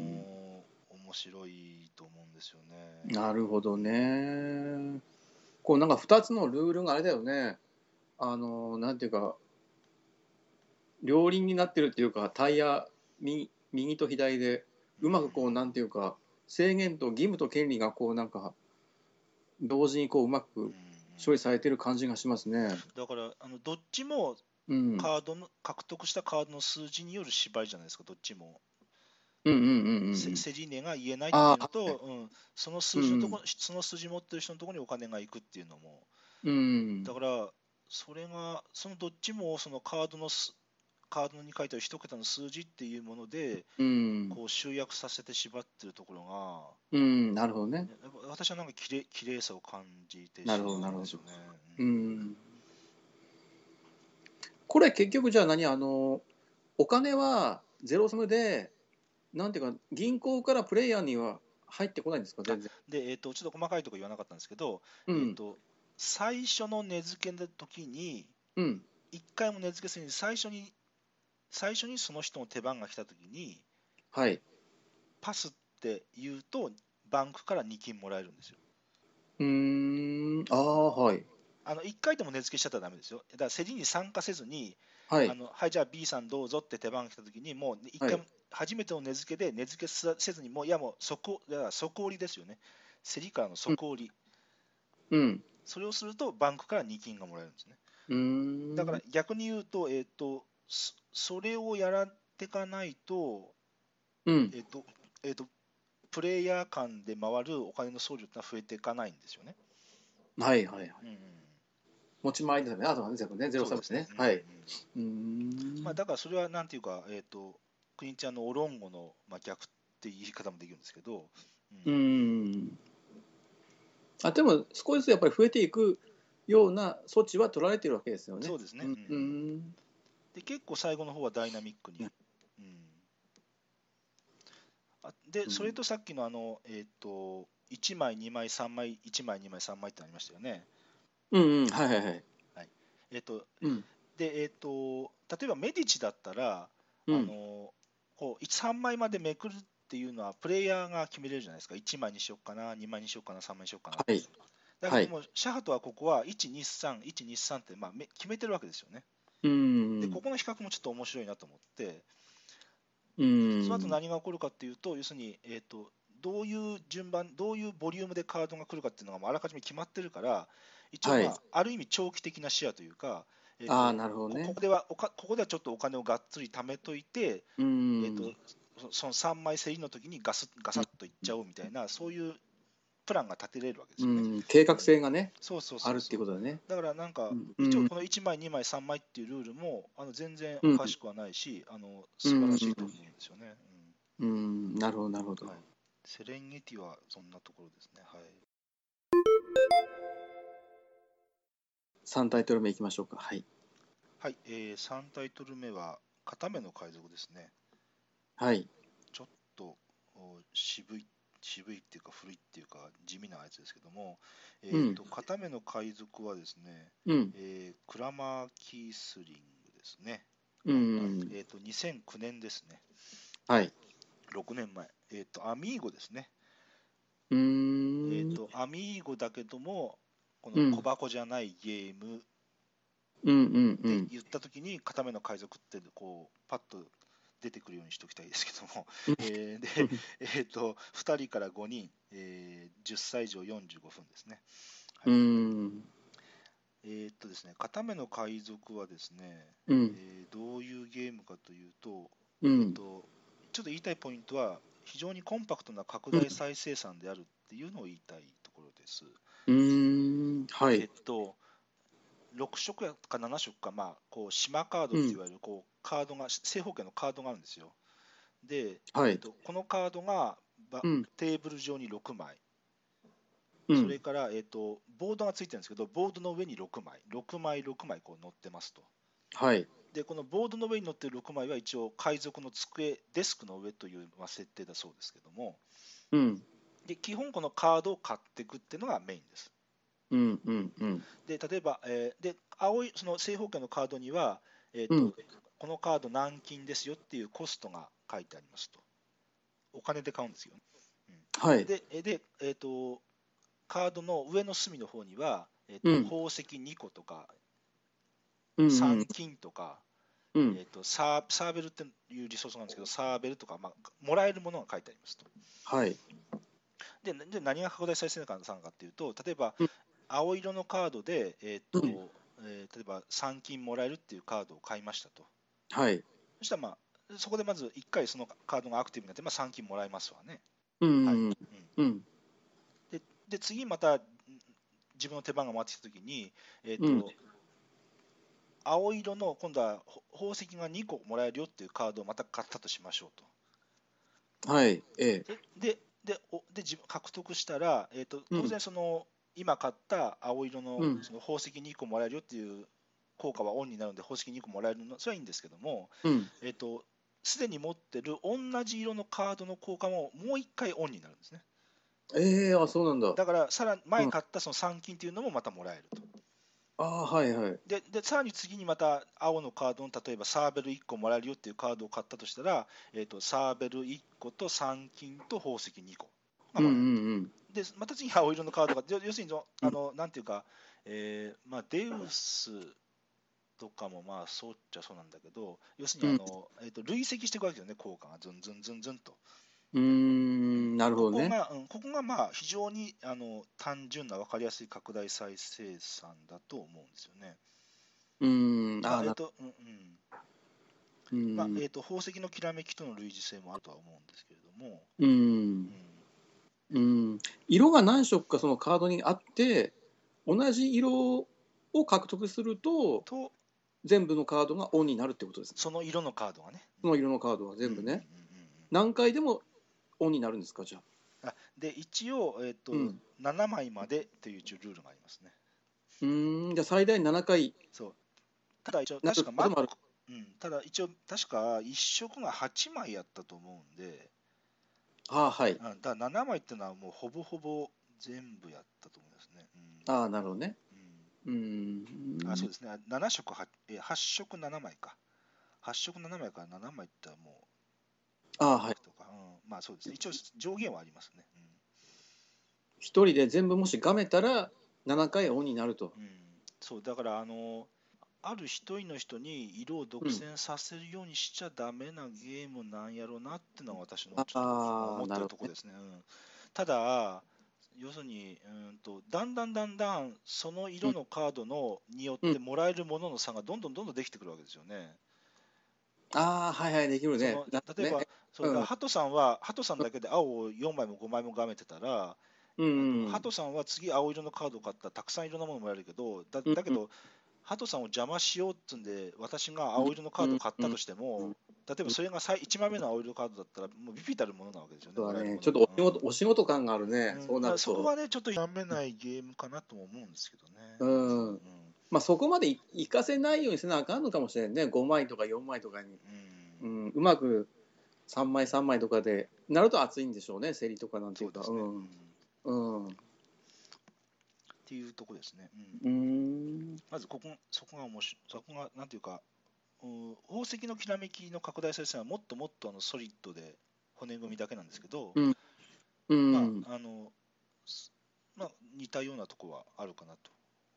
面白いと思うんですよね。
なるほどね。こうなんか2つのルールがあれだよね。あのなんていうか両輪になってるっていうかタイヤ右右と左でうまくこうなんていうか制限と義務と権利がこうなんか同時にこううま
うん
く処理されてる感じがしますね。
だからあのどっちも
うん、うん
カードの、獲得したカードの数字による芝居じゃないですか、どっちも。
うんうんうん
せセリーネが言えないっていうのと、
あ
うん、その数字のとこ、その数字持ってる人のところにお金が行くっていうのも、
うん
だから、それが、そのどっちもそのカードのすカードに書いてある一桁の数字っていうもので、
うん
こう集約させて縛ってるところ
うんなるほどね
が、。やっぱ私はなんかきれ綺麗さを感じてし
な
ま
るほど
うんですよね。
う
うん
んこれ結局じゃあ何あのお金はゼロスムでなんていうか銀行からプレイヤーには入ってこないんですか全然。
で、えっと、ちょっと細かいところ言わなかったんですけど、
う
えっ
ん
と、最初の値付けの時に、
うん
一回も値付けせずに最初に最初にその人の手番が来た時に
はい。
パスって言うとバンクから2金もらえるんですよ
うーんああはい
あの1回でも値付けしちゃったらダメですよだから競りに参加せずに、
は
あ
い。
のはいじゃあ B さんどうぞって手番が来た時にもう一回も、初めての値付けで値付けせずにもういやもう即だから即売りですよね競りからの即売り、
うん
それをするとバンクから2金がもらえるんですね
うーん
だから逆に言うと,、えっとそそれをやらってかないと
うん
えっと、えっと、プレイヤー間で回るお金の総量ってのは増えていかないんですよね。
はいはいはい。
うんうん
持ち回りですよね。あとはね全部ねゼロサービスね。は。
そう
い。
ですうんうん
うーん
まあ、だからそれはなんていうか、えっと、クインちゃんのオロンゴの、まあ、逆っていう言い方もできるんですけど、
うーんあでも少しずつやっぱり増えていくような措置は取られてるわけですよね。
そうですね。
う
うん
ん
で結構最後の方はダイナミックに。うんあ
う
で
ん
それとさっきのあの、えっと1枚、2枚、3枚、1枚、2枚、3枚ってありましたよね。
うんうんはいはいはい。
えっと
うん
で、えっと例えばメディチだったら、
う
あ
ん
のこう3枚までめくるっていうのはプレイヤーが決めれるじゃないですか1枚にしようかな2枚にしようかな3枚にしようかな、
はい
だからもうシャハとはここは123123って、まあ、め決めてるわけですよね、
うん
でここの比較もちょっと面白いなと思って
うん
その後何が起こるかっていうと要するに、えー、とどういう順番どういうボリュームでカードが来るかっていうのがもうあらかじめ決まってるから一応、まあ
はい
ある意味長期的な視野というか、えーと
ああなるほど
ここ
ね。
こではおかここではちょっとお金をがっつり貯めといて
うん
えー、とそその3枚競りの時にガスガサッといっちゃおうみたいな、そういうプランが立てれるわけです
う
よね。
ん計画性がね
そうそうそうそう
あるっていうことだね。
だからなんか、
うん
一
う
応
ん
この1枚、2枚、3枚っていうルールもあの全然おかしくはないし、あの素晴らしいと思うんですよね。うん
うんなるほどなるほど
はい。セレンゲティはそんなところですね。はい、
三タイトル目いきましょうか。はい
はいえ3タイトル目は、片目の海賊ですね。
はい
ちょっとお渋い、渋いっていうか、古いっていうか、地味なやつですけども、えーと片目の海賊はですね、
うん
えークラマー・キースリングですね。
うん
えっ、と、2009年ですね。
はい。
6年前。えっ、と、アミーゴですね。
う
えっ、
ん
と、アミーゴだけども、こ
う
の
ん
小箱じゃないゲーム
うんうんう
で
ん
言ったときに、片目の海賊って、こう、パッと出てくるようにしておきたいですけども、え ーで、えっ、と、2人から5人、えー10歳以上45分ですね。はい
うん
えっ、とですね、片目の海賊はですね、
うん
えーどういうゲームかというと、
う
えっ
ん
とちょっと言いたいポイントは、非常にコンパクトな拡大再生産であるっていうのを言いたいところです。
うんは
えっ
い
と、6色やか7色か、まあ、こう島カードっていわれるこうカードが、正方形のカードがあるんですよ。で、
は
えっ
い。
と、このカードがば
うん
テーブル上に6枚、
う
それ
ん
から、えっと、ボードがついてるんですけど、ボードの上に6枚、6枚、6枚こう乗ってますと。
はい。
で、このボードの上に乗ってる6枚は一応、海賊の机、デスクの上というまあ設定だそうですけども、
うん
で基本このカードを買っていくっていうのがメインです。
うんうんうん
で例えば、えーで青いその正方形のカードには、えーと
うん
このカード軟禁ですよっていうコストが書いてありますと。お金で買うんですよ。
はい。
で、えーでえー、とカードの上の隅の方には、えーと
うん
宝石2個とか
うんうん
3金とか、
う
え
ん
ー、とサーサーベルっていうリソースなんですけど、サーベルとか、まあ、もらえるものが書いてありますと。
はい
でなで何が拡大再生産かっていうと、例えば
うん
青色のカードで、えー
う
と
ん
えー例えば3金もらえるっていうカードを買いましたと。
はい
そしたら、まあ、そこでまず1回そのカードがアクティブになって、まあ、3金もらえますわね。
うん、
はい
うんうん
で、次またん自分の手番が回ってきたときに、えーと
うん
青色の今度はほ宝石が2個もらえるよっていうカードをまた買ったとしましょうと。
はいええ
でででおで自分獲得したら、えー、と
うん
当然その、今買った青色の
うん
その宝石2個もらえるよっていう効果はオンになるので宝石2個もらえるのそれはいいんですけども
うん
えーとすで、に持ってる同じ色のカードの効果ももう1回オンになるんですね
ええあそうなんだ
だからさらに前
うん
買ったその3金っていうのもまたもらえると
ああはいはい
ででさらに次にまた青のカードの例えばサーベル1個もらえるよっていうカードを買ったとしたら、えー、とサーベル1個と3金と宝石2個が
うん
もらえる
うんうん
でまた次に青色のカードが要要するにその
うん
あの、なんていうか、えーまあ、デウスとかもまあそうっちゃそうなんだけど要するにあの、えー、と累積していくわけよね効果がずんずんずんずんと
うーんなるほ
こ
ど
こ
ね
が、うん、ここがまあ非常にあの単純な分かりやすい拡大再生産だと思うんですよね。
うーん
ま
あ
あ
あ
えー
な
とうんうん
うん
まあえー、と宝石のきらめきとの類似性もあるとは思うんですけれども、
う
うん
んうん色が何色かそのカードにあって同じ色を獲得すると
と
全部のカードがオンになるってことですね
その色のカードがね
その色のカードは全部ね、
うんうんうんうん
何回でもオンになるんですかじゃあ
あで一応、えーと
うん
7枚までという一応ルールがありますね。
うーんじゃあ最大7回
そうただ一応
な
確
る
か、
こともある
うん、ただ一応確か1色が8枚やったと思うんで、
ああはい
うん、だから7枚ってのはもうほぼほぼ全部やったと思いますね。うん
ああなるほどねうーん
うん、あそうですね、7色8、え8色7枚か。8色7枚から7枚って言ったらも
ああ
う、
はい
とかうん、まあそうですね、一応上限はありますね。
1人で全部もしがめたら7回オンになると
うんうん、そうだからあのある一人の人に色を独占させるようにしちゃダメなゲームなんやろうなってのは私のちょっと思ってるところですね。うん、ただ要するにうんとだんだんだんだんその色のカードのによってもらえるものの差がどんどんどんどんできてくるわけですよね。
ああはいはいできるね
そ
な
の例えば
ね、
そうだか
うん
らハトさんはハトさんだけで青を4枚も5枚もがめてたら、
うん
ハトさんは次青色のカードを買ったらたくさんいろんなものもらえるけどだだけ
うん
どハトさんを邪魔しようっつうんで私が青色のカードを買ったとして
うんう
も
ん
例えばそれが1枚目の青色カードだったらもうビビたるものなわけですよね。
そうだ
もらえるも
ね
の
ちょっとお仕
う
事お仕事
ん
感があるね、
うん
そうな
だ
る
から
と
そこはねちょっとやめないゲームかなとも思うんですけどね。
うん
うん
まあ、そこまでい行かせないようにせなあかんのかもしれんね5枚とか4枚とかに、
うん
うん、うまく3枚3枚とかでなると熱いんでしょうね競りとかなんてい
そううで
か
すね、うんっ
うんう
ていうとこですね。う
ー
ん
ん
まずここそこが面白いそこがなんていうかうん宝石のきらめきの拡大再生はもっともっとあのソリッドで骨組みだけなんですけど、
うん、
まああのすまあ、似たようなとこはあるかなと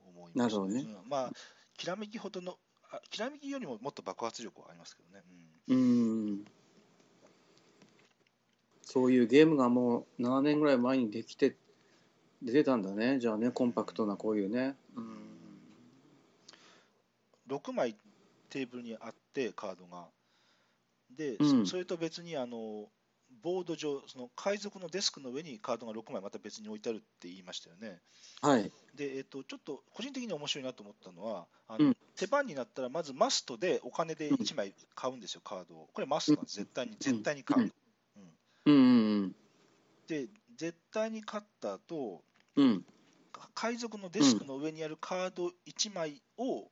思います
なるほどね
うんまあきらめきほどのあきらめきよりももっと爆発力はありますけどね、
うんそういうゲームがもう7年ぐらい前にできて出てたんだねじゃあねコンパクトなこういうねう
うん
ん
6枚テーブルにあってカードがで、
うん
そそれと別にあのボード上その海賊のデスクの上にカードが6枚また別に置いてあるって言いましたよね、
はい
で、えっとちょっと個人的に面白いなと思ったのはあの、
うん
手番になったらまずマストでお金で1枚買うんですよ、カードを。これマストなんです、絶対に、絶対に買う。
うんうん
で、絶対に買った後
うん
か海賊のデスクの上にあるカード1枚を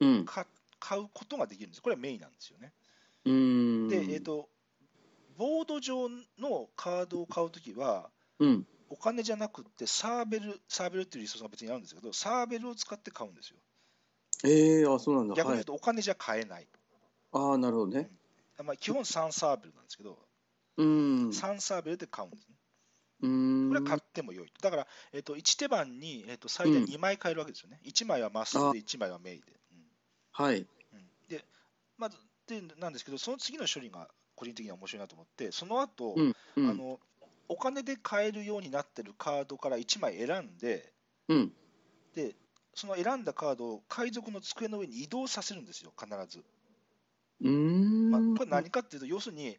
うん
か買うことができるんです、これはメインなんですよね。
うん
で、えっとボード上のカードを買うときは、
うん
お金じゃなくってサーベル、サーベルっていうリソースが別にあるんですけど、サーベルを使って買うんですよ。
ええあそうなんだ
逆
は
に言う
い
と、お金じゃ買えない。
ああなるほどね
あまあ、基本3サーベルなんですけど、
うん
3サーベルで買うんですね。
うん
これは買っても良い。だから、えっと1手番に、えっと最大2枚買えるわけですよね。1枚はマス
あ
で、1枚はメイで。
はい
うんうんで、まずってなんですけど、その次の処理が個人的には面白いなと思って、その後、
うんうん
あのお金で買えるようになってるカードから1枚選んで、
うん
でその選んだカードを海賊の机の上に移動させるんですよ、必ず。
うーん
まあ、これ何かっていうと、要するに、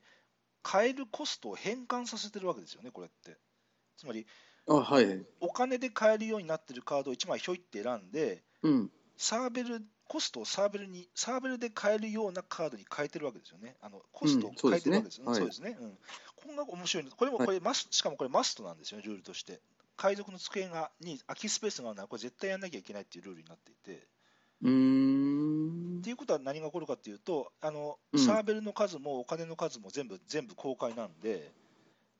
買えるコストを変換させてるわけですよね、これって。つまり、
あはい
お金で買えるようになってるカードを1枚ひょいって選んで、
うん
サーベル、コストをサーベルに、サーベルで買えるようなカードに変えてるわけですよね。あのコストを変えてるわけですよね。
うんそう
そ
う
で
です
ね。うん。こんな面白いの。これもこれマス、しかもこれマストなんですよね、ルールとして。海賊の机がに空きスペースがあるなら、これ絶対やんなきゃいけないっていうルールになっていて。
うーん
っていうことは何が起こるかっていうと、あの
うん
サーベルの数もお金の数も全部全部公開なんで、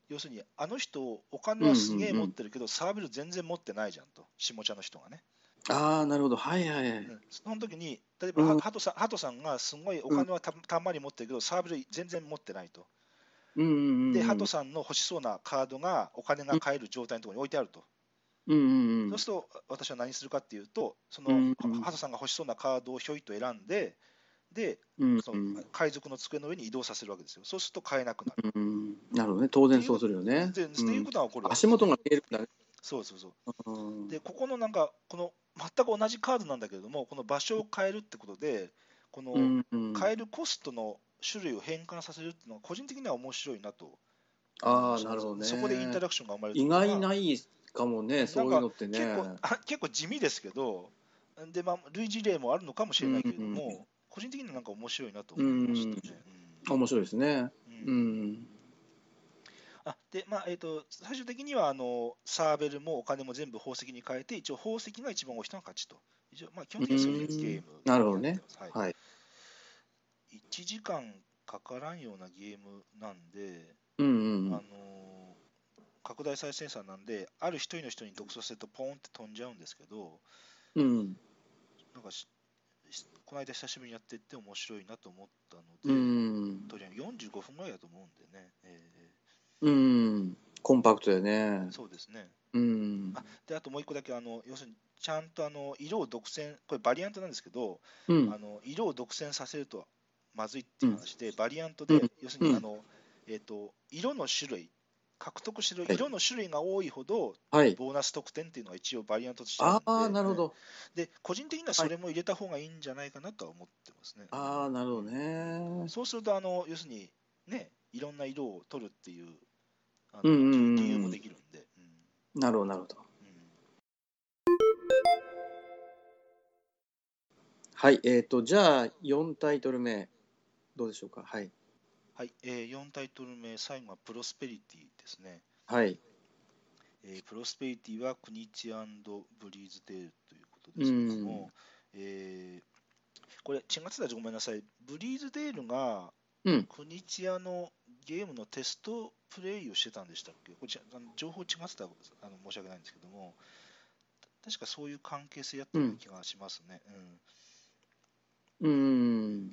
要するに、あの人、お金はすげえ持ってるけど、サーベル全然持ってないじゃんと、下茶の人がね。
ああなるほどはいはいはい
うんその時に、例えば
う
は
ん
ハトさん、ハトさんがすごいお金はたたんまり持ってるけど、サーベル全然持ってないと。
うんうんうん
で、ハトさんの欲しそうなカードがお金が買える状態のところに置いてあると。
うんうんう
そ
ん
うすると、私は何するかっていうと、そ
うん
の
うん
ハトさんが欲しそうなカードをひょいと選んで、で、
うん
その海賊の机の上に移動させるわけですよ。そうすると買えなくなる。
うんなるほどね当然そうするよね
で、っていうことが起こ
う
る
ん
わけ
足元が見えるんだね
そうそうそう。
うん
で、ここのなんか、この全く同じカードなんだけれども、この場所を変えるってことで、この、
うんうん
変えるコストの種類を変換させるっていうのは個人的には面白いなと
ああなるほどね
そこでインタラクションが生まれる
意外
な
ないかもねそういうのってね
結構あ結構地味ですけどで、まあ、類似例もあるのかもしれないけれども、
うん
個人的にはなんか面白いなと思いましたね。
面白いですね
うん
う
うん
ん
あでまあえー、と最終的にはあのサーベルもお金も全部宝石に変えて一応宝石が一番多い人が勝ちと一応、まあ、基本的にそういうゲーム
うんなるほどね
はい
はい
1時間かからんようなゲームなんで、
うんうんう
あの
ん
ー拡大再生産なんで、ある一人の人に独走するとポーンって飛んじゃうんですけど、
うん
なんかししこの間久しぶりにやってって面白いなと思ったの
う
で、
ん
とりあえず45分ぐらいだと思うんでね、え
うんコンパクトでね
ーそうですね。
うん
あで、あともう一個だけ、あの要するに、ちゃんとあの色を独占、これバリアントなんですけど、
うん
あの色を独占させるとまずいっていう話で、バリアント
う
で
ん、
要するに
うん
あの、えー、と色の種類、獲得してる色の種類が多いほど、
はい
ボーナス得点っていうのは一応バリアントとして
あ
るん
あ
で
なるほど
で個人的にはそれも入れた方がいいんじゃないかなとは思ってますね。
ああなるほどね
そうするとあの要するにねいろんな色を取るっていうあの
うんうんうんうん
理由もできるんで、うん
なるほどなるほど
うん
はいえっとじゃあ4タイトル目どうでしょうかはい
はいえ4タイトル目最後はプロスペリティですね。
はい
えープロスペリティはクニチアンドブリーズデールということですけれども、えーこれ違ってたらごめんなさいブリーズデールが
うん
クニチアのゲームのテストプレイをしてたんでしたっけこれちあの情報違ってたらあの申し訳ないんですけどもた確かそういう関係性やったような気がしますね、うん
うん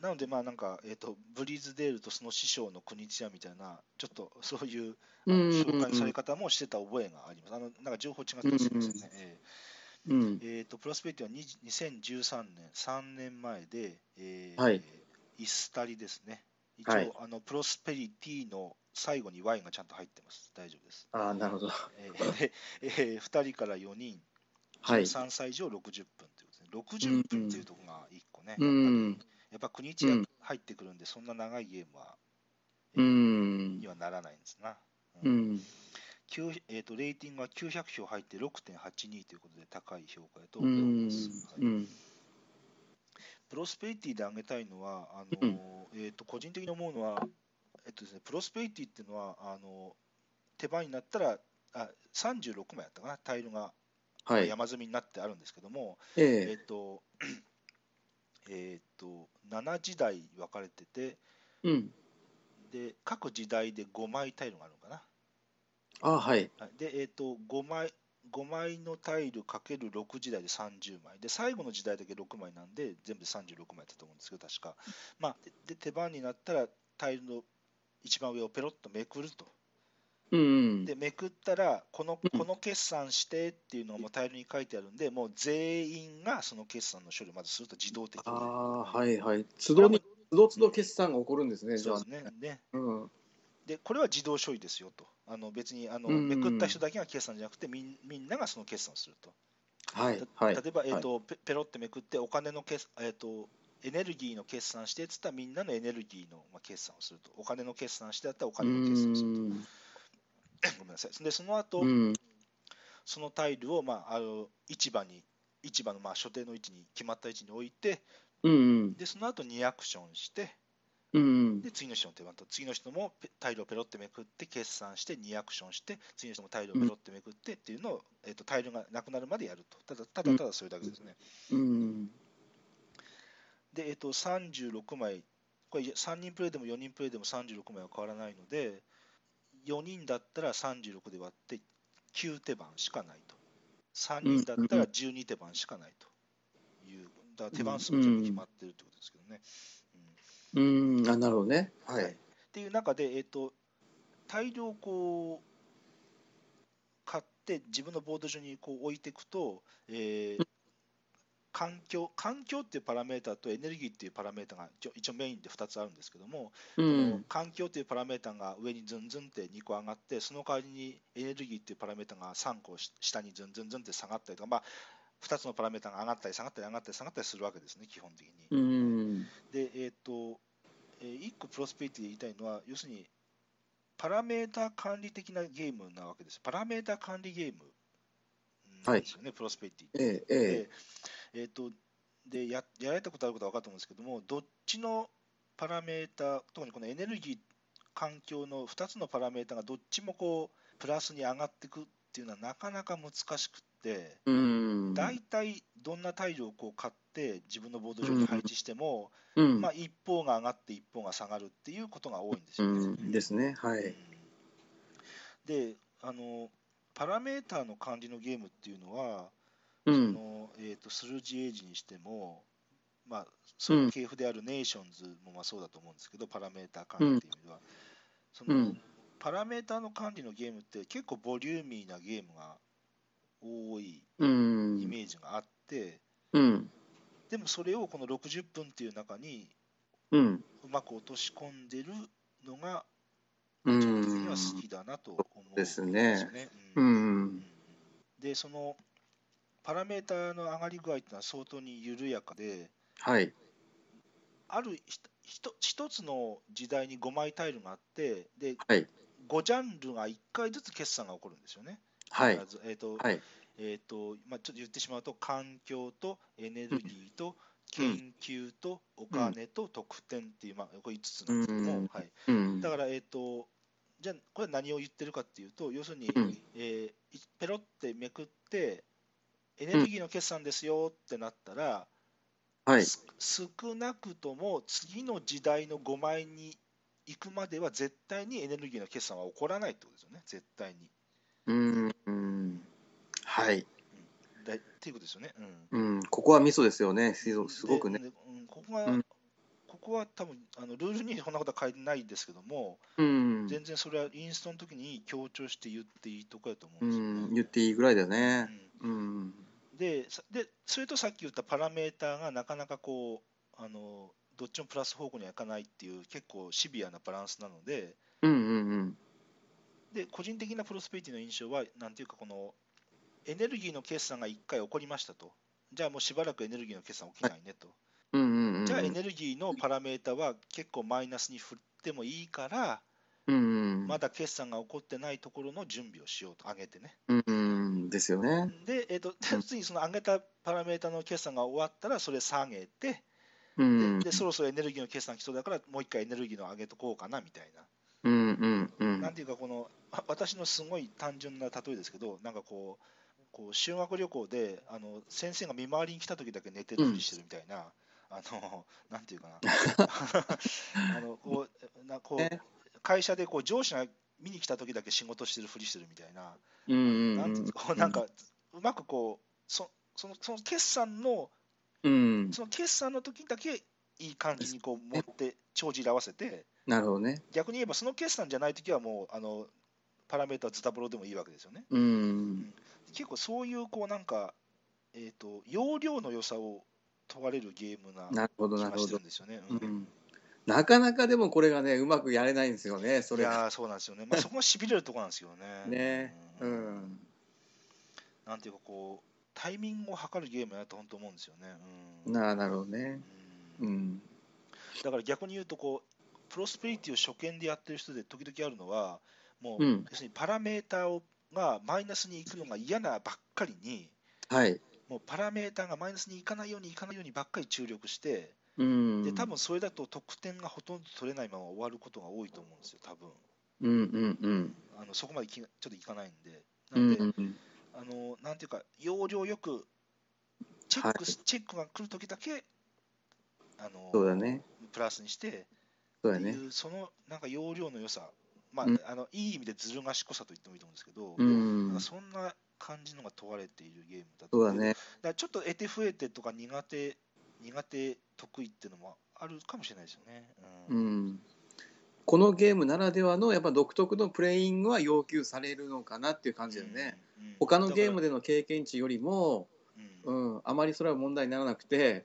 なのでまあなんか、えー、とブリーズデールとその師匠のクニチアみたいなちょっとそういうあ
う
の
ん
紹介のされ方もしてた覚えがありますあのなんか情報違ったりするんですよね、えー
うん
えー、とプロスペリティは20 2013年、3年前で、えー
はい
イスタリですね。一応、
はい
あのプロスペリティの最後に Y がちゃんと入ってます。大丈夫です。
ああなるほど
えーでえー、2人から4人、
はい
3歳以上60分ということですね。60分っていうところが1個ね。
うん
やっぱ国一が
うん
入ってくるんで、そんな長いゲームは、え
う
ー
ん
にはならないんですな。
うん
9えー、とレーティングは900票入って6.82ということで高い評価だと
う
思い
ん
ます。はい
うん
プロスペリティであげたいのは、あの
う
えー、と個人的に思うのは、えっとですね、プロスペリティっていうのは、あの手番になったらあ36枚あったかな、タイルが
はい
山積みになってあるんですけども、え
ええ
っと えっと7時代分かれてて
うん
で、各時代で5枚タイルがあるのかな。
ああはい
はいで、えっと5枚5枚のタイルかける6時代で30枚で最後の時代だけ6枚なんで全部で36枚だったと思うんですけど確か、まあ、でで手番になったらタイルの一番上をペロッとめくると
うん
でめくったらこの
うん
この決算してっていうのもタイルに書いてあるんでもう全員がその決算の処理をまずすると自動的
あ
に、
あはいはい都度につどつど決算が起こるんですね、じ
そ
ゃ
う
あ
です。ねね
うん、
でこれは自動処理ですよとあの別にあの
うんうんう
め
ん
くった人だけが決算じゃなくてみんみんながその決算をすると、
はい
た、
はい。
例えば、えーとペペロってめくってお金の決、えー、とエネルギーの決算してっつったらみんなのエネルギーの、まあ、決算をするとお金の決算してだったらお
うー
金の決算をすると
ん、
ごめんなさいでその後、
うん、
そのタイルを、まあ、あの市場に市場のまあ所定の位置に決まった位置に置いて
うん、
でその後2アクションして
うん、
で次の人の手番と次の人もペタイルをペロってめくって決算して2アクションして次の人もタイルをペロってめくってっていうのを、えっとタイルがなくなるまでやるとただただただそれだけですね、
うん、
で、えっと36枚これ3人プレイでも4人プレイでも36枚は変わらないので4人だったら36で割って9手番しかないと3人だったら12手番しかないというだから手番数も全部決まってるってことですけどね、
うん、あ、なるほどね。は
はいい。っていう中で、えっと大量こう買って自分のボード上にこう置いていくと、えー環境環境っていうパラメータとエネルギーっていうパラメータが一応一応メインで2つあるんですけども、
う
この
ん、
環境っていうパラメータが上にズンズンって2個上がってその代わりにエネルギーっていうパラメータが3個し下にズンズンズンって下がったりとか、まあ、2つのパラメータが上がったり下がったり上がったり下がったりするわけですね基本的に。
うん、
で、えっとえー一個プロスペリティで言いたいのは、要するにパラメータ管理的なゲームなわけです。パラメータ管理ゲームうん
はい
ですよね、プロスペリティって。
ええ、え
でえっとでややられたことあることは分かると思うんですけども、どっちのパラメータ、特にこのエネルギー、環境の2つのパラメータがどっちもこうプラスに上がっていくっていうのはなかなか難しくって。
え、うん、
大体どんなタイルをこう買って自分のボード上に配置しても、
うん、
まあ、一方が上がって一方が下がるっていうことが多いんです
う
よね。
ん、ですね。はい。
であのパラメーターの管理のゲームっていうのは、
う
そ
ん、
のえー、とスルージエージにしても、まあ、その系譜であるネーションズもまあそうだと思うんですけどパラメーター管理っていう意味では、その
うん
パラメーターの管理のゲームって結構ボリューミーなゲームが多い
うん
イ、メージがあって、
うん、
でもそれをこの60分っていう中に
うん、
うまく落とし込んでるのが
う
個人的には
ん
好、きだなと思うん
ですね
ですよね
う
うん
ん、
でそのパラメータの上がり具合っていうのは相当に緩やかで
はい。
あるひひと一つの時代に5枚タイルがあってで、
はい
5ジャンルが1回ずつ決算が起こるんですよね。
はい
必。ずえーと
はい。
えーとまあ、ちょっと言ってしまうと環境とエネルギーと
うん
研究とお金と得点っていう、まあ、これ5つなんですけども、
うん
はい、
うん。
だから、えー、とじゃあこれは何を言ってるかっていうと要するに、
うん
えーいペロってめくってエネルギーの決算ですよってなったら、
はい。
す少なくとも次の時代の5枚に行くまでは絶対にエネルギーの決算は起こらないってことですよね絶対に。
うん、うんはい。
だいっていうことですよね。うん
うん、ここはミソですよね。すごすごくね。
で。でうんここが、
うん
ここは多分あのルールにこんなことは書いてないですけども、
うん。
全然それはインストの時に強調して言っていいとこやと思う
うん
ですよね。
ん、言っていいぐらいだよね。
う
うん。
んでさでそれとさっき言ったパラメーターがなかなかこうあのどっちもプラス方向にはいかないっていう結構シビアなバランスなので
うんうんうん。
で個人的なプロスペリティの印象はなんていうかこのエネルギーの決算が1回起こりましたとじゃあもうしばらくエネルギーの決算起きないねと、
うんうんうん。
じゃあエネルギーのパラメータは結構マイナスに振ってもいいから、
うんうん。
まだ決算が起こってないところの準備をしようと上げてね。
うんうん。ですよね。
で、えっと
うん
次にその上げたパラメータの決算が終わったらそれ下げて、
うん。
ででそろそろエネルギーの決算来そうだからもう一回エネルギーの上げとこうかなみたいな。
うんうんうん。
なんていうかこのあ私のすごい単純な例えですけどなんかこう。こう修学旅行であの先生が見回りに来た時だけ寝てるふりしてるみたいな、あのなんていうか なあのこうなこう
ね
会社でこう上司が見に来た時だけ仕事してるふりしてるみたいな、
うんうん
なんて
うん
いうんですかこうなんかうまくこうそそのその決算の
うん。
その決算の時だけいい感じにこう持って帳尻合わせて
なるほどね。
逆に言えばその決算じゃない時はもうあのパラメータズタボロでもいいわけですよね
うん。
結構そういうこうなんかえっ、と容量の良さを問われるゲームな
なるほど
気
な
が
る
し
ほ
てる
ど
ん。ですよね
う
うん
ん。なかなかでもこれがねうまくやれないんですよねそ
い
れが
やーそうなんですよね、まあ、そこがしびれるところなんですよね。
ね
う
うんん
なんていうかこうタイミングを測るゲームだと本当思うんですよね。うん
ななるほどね
う
うんん
だから逆に言うとこうプロスペリティを初見でやってる人で時々あるのはもう、
うん
要するにパラメーターをがマイナスにいくのが嫌なばっかりに
はい
もうパラメーターがマイナスにいかないようにいかないようにばっかり注力して
うん
で多分それだと得点がほとんど取れないまま終わることが多いと思うんですよ多分
うんうんうん
あのそこまでいきちょっといかないんで。
う
な
んん
で、
うん
あのなんていうか要領よくチェック、
はい
チェックが来るときだけあの
そうだね
プラスにして
そう
っ
だ
てい
ね
うそのなんか容量の良さ、まあ
うん
あのいい意味でずる賢さと言ってもいいと思うんですけど、
う
なん
ん
かそんな感じのが問われているゲームだと
そうだね
だからちょっと得手増えてとか苦手苦手得意っていうのもあるかもしれないですよね。う
うんんこのゲームならではのやっぱ独特のプレイングは要求されるのかなっていう感じだよね、
うんうん
他のゲーム
だか
での経験値よりも、
らうん
うん、あまりそれは問題にならなくて、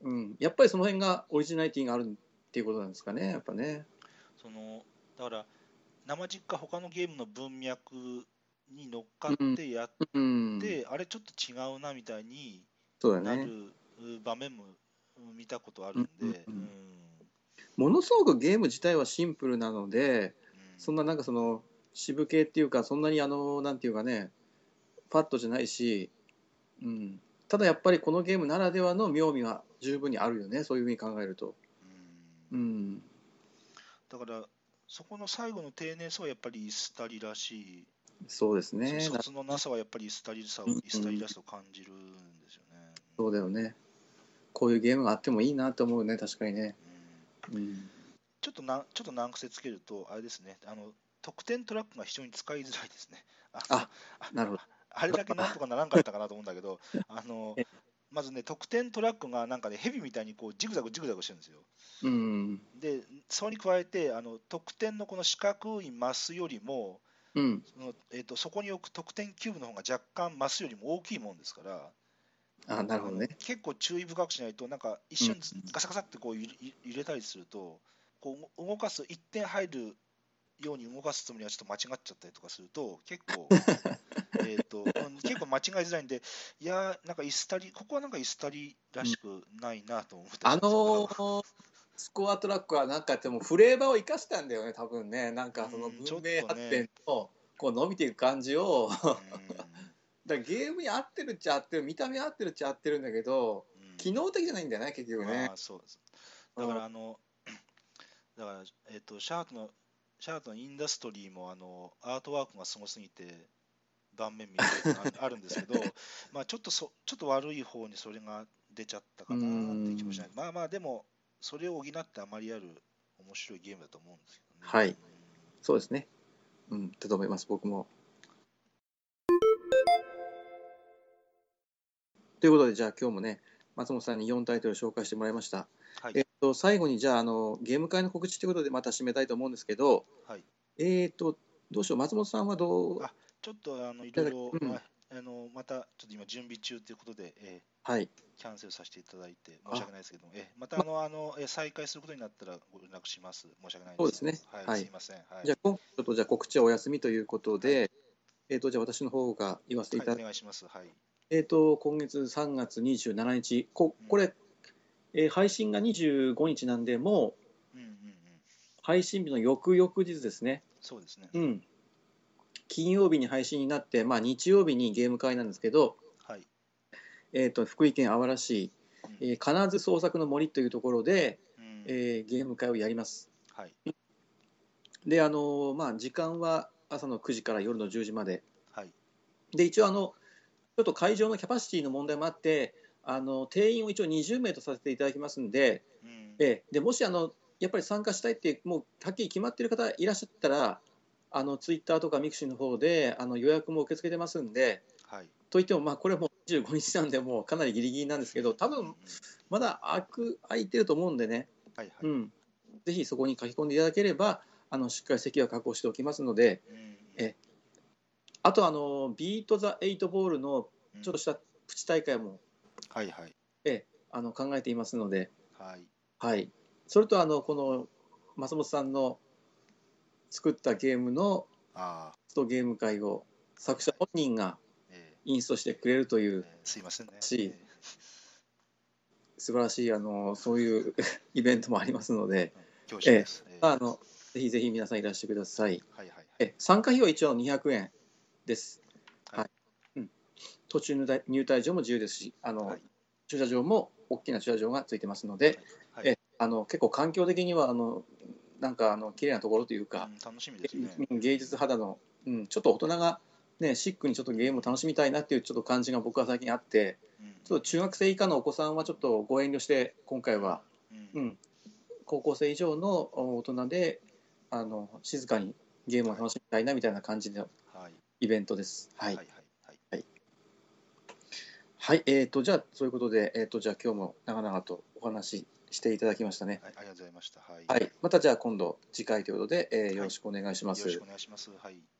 うん、やっぱりその辺がオリジナリティがあるっていうことなんですかねやっぱね。
そのだから生実家他のゲームの文脈に乗っかってやっ
うん、
て、あれちょっと違うなみたいに
そうだ
な
ね
る場面もうん見たことあるんで、う
うんんものすごくゲーム自体はシンプルなのでそんななんかその渋系っていうかそんなにあのなんていうかねパッとじゃないし、うん、ただやっぱりこのゲームならではの妙味が十分にあるよねそういうふうに考えると。
う
うんん、
だからそこの最後の丁寧さはやっぱりイスタリらしい、
そうですね
そ
な
のそのなさはやっぱりイスタリさを、
うん
イスタリらしさを感じるんですよね。
そうだよねこういうゲームがあってもいいなと思うね確かにね。
うん
うん
ちょっとなちょっと難癖つけるとあれですねあの得点トラックが非常に使いづらいですね。あの
あなるほど
あれだけなんとかならんかったかなと思うんだけど、あの
え
まずね、得点トラックがなんかね、蛇みたいにこうジグザグジグザグしてるんですよ。
うん
で、それに加えて、あの得点のこの四角いマスよりも、
うん、
そのえっとそこに置く得点キューブの方が若干マスよりも大きいもんですから、
あなるほどね
あの結構注意深くしないと、なんか一瞬ずガサガサってこう揺れ揺れたりすると、こう動かす、一点入るように動かすつもりはちょっと間違っちゃったりとかすると、結 構、えっとうん結構間違いづらいんで、いやー、なんかイスタリ、ここはなんかイスタリらしくないなと思ってた
あ
ん
の
ですよ
ースコアトラックはなんかでもフレーバーを生かしたんだよね多分ねなんかその
うんちょ
文
っとね
明発展のこう伸びていく感じをだか
う
らゲームに合ってるっちゃ合ってる見た目合ってるっちゃ合ってるんだけど
ん うん
機能的じゃないんだよね結局ね
まあ、そうです。だからあの、 だから、えっと、シャートの、シャートのインダストリーも、あの、アートワークがすごすぎて、断面見える ああるんですけど、まあ、ちょっとそ、ちょっと悪い方にそれが出ちゃったかなって気もしない。まあまあ、でも、それを補ってあまりある面白いゲームだと思うんですけどね。
はい
うん
そうですねうんだと思います僕もということでじゃあ今日もね松本さんに4タイトル紹介してもらいました、
はい
えっと最後にじゃああのゲーム会の告知ということでまた締めたいと思うんですけど、
はい。
えー、と、どうしよう、松本さんはどう、
あちょっと、あの、い
た
ろい
だ
ろ、
うん
はいあの、また、ちょっと今、準備中ということで、えー
はい、
キャンセルさせていただいて、
あ
申し訳ないですけども、えまたあのあのえ再開することになったらご連絡します。申し訳ないです。
そうですね
はい、
はい
すいません。はい、
じゃあ、今ちょっとじゃあ告知はお休みということで、えー、とじゃあ、私の方が言わせていただ
は
き、
い、お願いします。はい。
えー、と今月3月27日、ここれ、えー配信が25日なんで、もう
うんうんうん。
配信日の翌々日ですね、
そうですね。
うん、金曜日に配信になって、まあ、日曜日にゲーム会なんですけど、
はい。
えー、と福井県あわら市、
うん
えー金津創作の森というところで、
うん
えーゲーム会をやります。
はい。
であのまあ時間は朝の9時から夜の10時まで
はい。
で一応あのちょっと会場のキャパシティの問題もあってあの定員を一応20名とさせていただきますんで
うん
ええでもしあのやっぱり参加したいってもうはっきり決まってる方いらっしゃったらあのツイッターとかミクシーの方であの予約も受け付けてますんで
はい。
といってもまあこれはもう25日なんでもうかなりギリギリなんですけど多
うんう
分
ん
まだ空く空いてると思うんでね、
はいは
う
い。
ん、ぜひそこに書き込んでいただければあのしっかり席は確保しておきますので。
うんうん
えあとあのビート・ザ・エイト・ボールの
うん
ちょっとしたプチ大会も、
はいはい。
ええあの考えていますので、
はい。
はい、それとあのこの松本さんの作ったゲームの
ああ、
ストゲーム会を作者本人が
え
インストしてくれるとい
ー
う
えーすいませんね。
し
え
素晴らしいあのそういう イベントもありますので
ー恐縮です。えー
あのぜひぜひ皆さんいらしてください
はいはいはい。
え参加費は一応200円です、
はい
はいうん、途中入退入退場も自由ですしあの、
はい
駐車場も大きな駐車場がついてますので、
はい
えあの結構環境的にはあのなんかあの綺麗なところというか
う、ん楽しみですね。
うん芸術肌の、うん、ちょっと大人が、ね、シックにちょっとゲームを楽しみたいなっていうちょっと感じが僕は最近あって
うん
ちょっと中学生以下のお子さんはちょっとご遠慮して今回は、
う
うんん、高校生以上のお大人であの静かにゲームを楽しみたいなみたいな感じの
はい
イベントです。は
はい
い
はいはい。
はい、えー、とじゃあそういうことで、えー、とじゃあ今日も長々とお話ししていただきましたね。
はい、ありがとうございました。はい。
は
よ
い、またじゃあ今度次回ということで、えーよろしくお願いしま
ろ
す。
しくお願いします。はい。